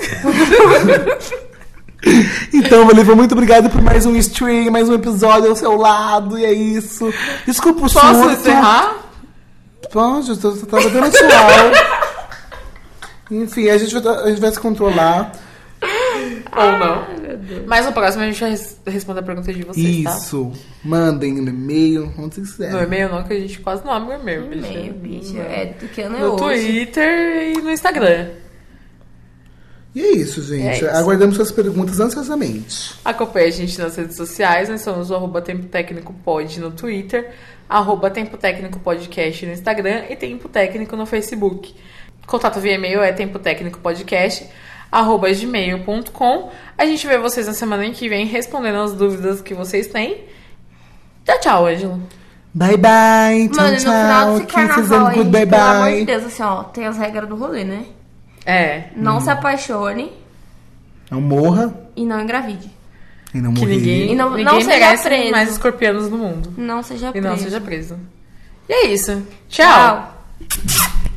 D: Então, Valiva, muito obrigado por mais um stream, mais um episódio ao seu lado, e é isso. Desculpa o
B: Posso
D: surto.
B: encerrar?
D: Pode, eu tô- eu tava dando tchau. Enfim, a gente, vai, a gente vai se controlar.
B: Ou não? Mas no próximo a gente vai res- responder a pergunta de vocês,
D: Isso. Mandem no e-mail, onde vocês
B: tá? No
D: quiserem.
B: e-mail não, que a gente quase não abre o e-mail, bicho.
C: Meio, bicho. É do que eu não
B: No Twitter e no Instagram.
D: E é isso, gente.
B: É isso.
D: Aguardamos suas perguntas ansiosamente.
B: Acompanhe a gente nas redes sociais, nós somos o arroba Tempo Técnico Pod no Twitter, arroba Tempo Técnico Podcast no Instagram e Tempo Técnico no Facebook. Contato via e-mail é Tempo Técnico Podcast, arroba gmail.com. A gente vê vocês na semana que vem respondendo as dúvidas que vocês têm. Tchau, tchau, Ângelo.
D: Bye bye, tchau,
C: Mano, no final
D: tchau.
C: desse carnaval
D: and
C: aí,
D: goodbye,
C: pelo amor de
D: bye.
C: Deus, assim, ó, tem as regras do rolê, né?
B: É,
C: Não se apaixone
D: Não morra
C: e não engravide.
D: e não
B: que
D: morrer.
B: ninguém,
C: E não-
B: ninguém
C: não seja
B: merece
C: preso.
B: mais escorpianos no mundo.
C: Não seja
B: E não
C: preso.
B: seja preso. E é isso. tchau.
C: Tchau.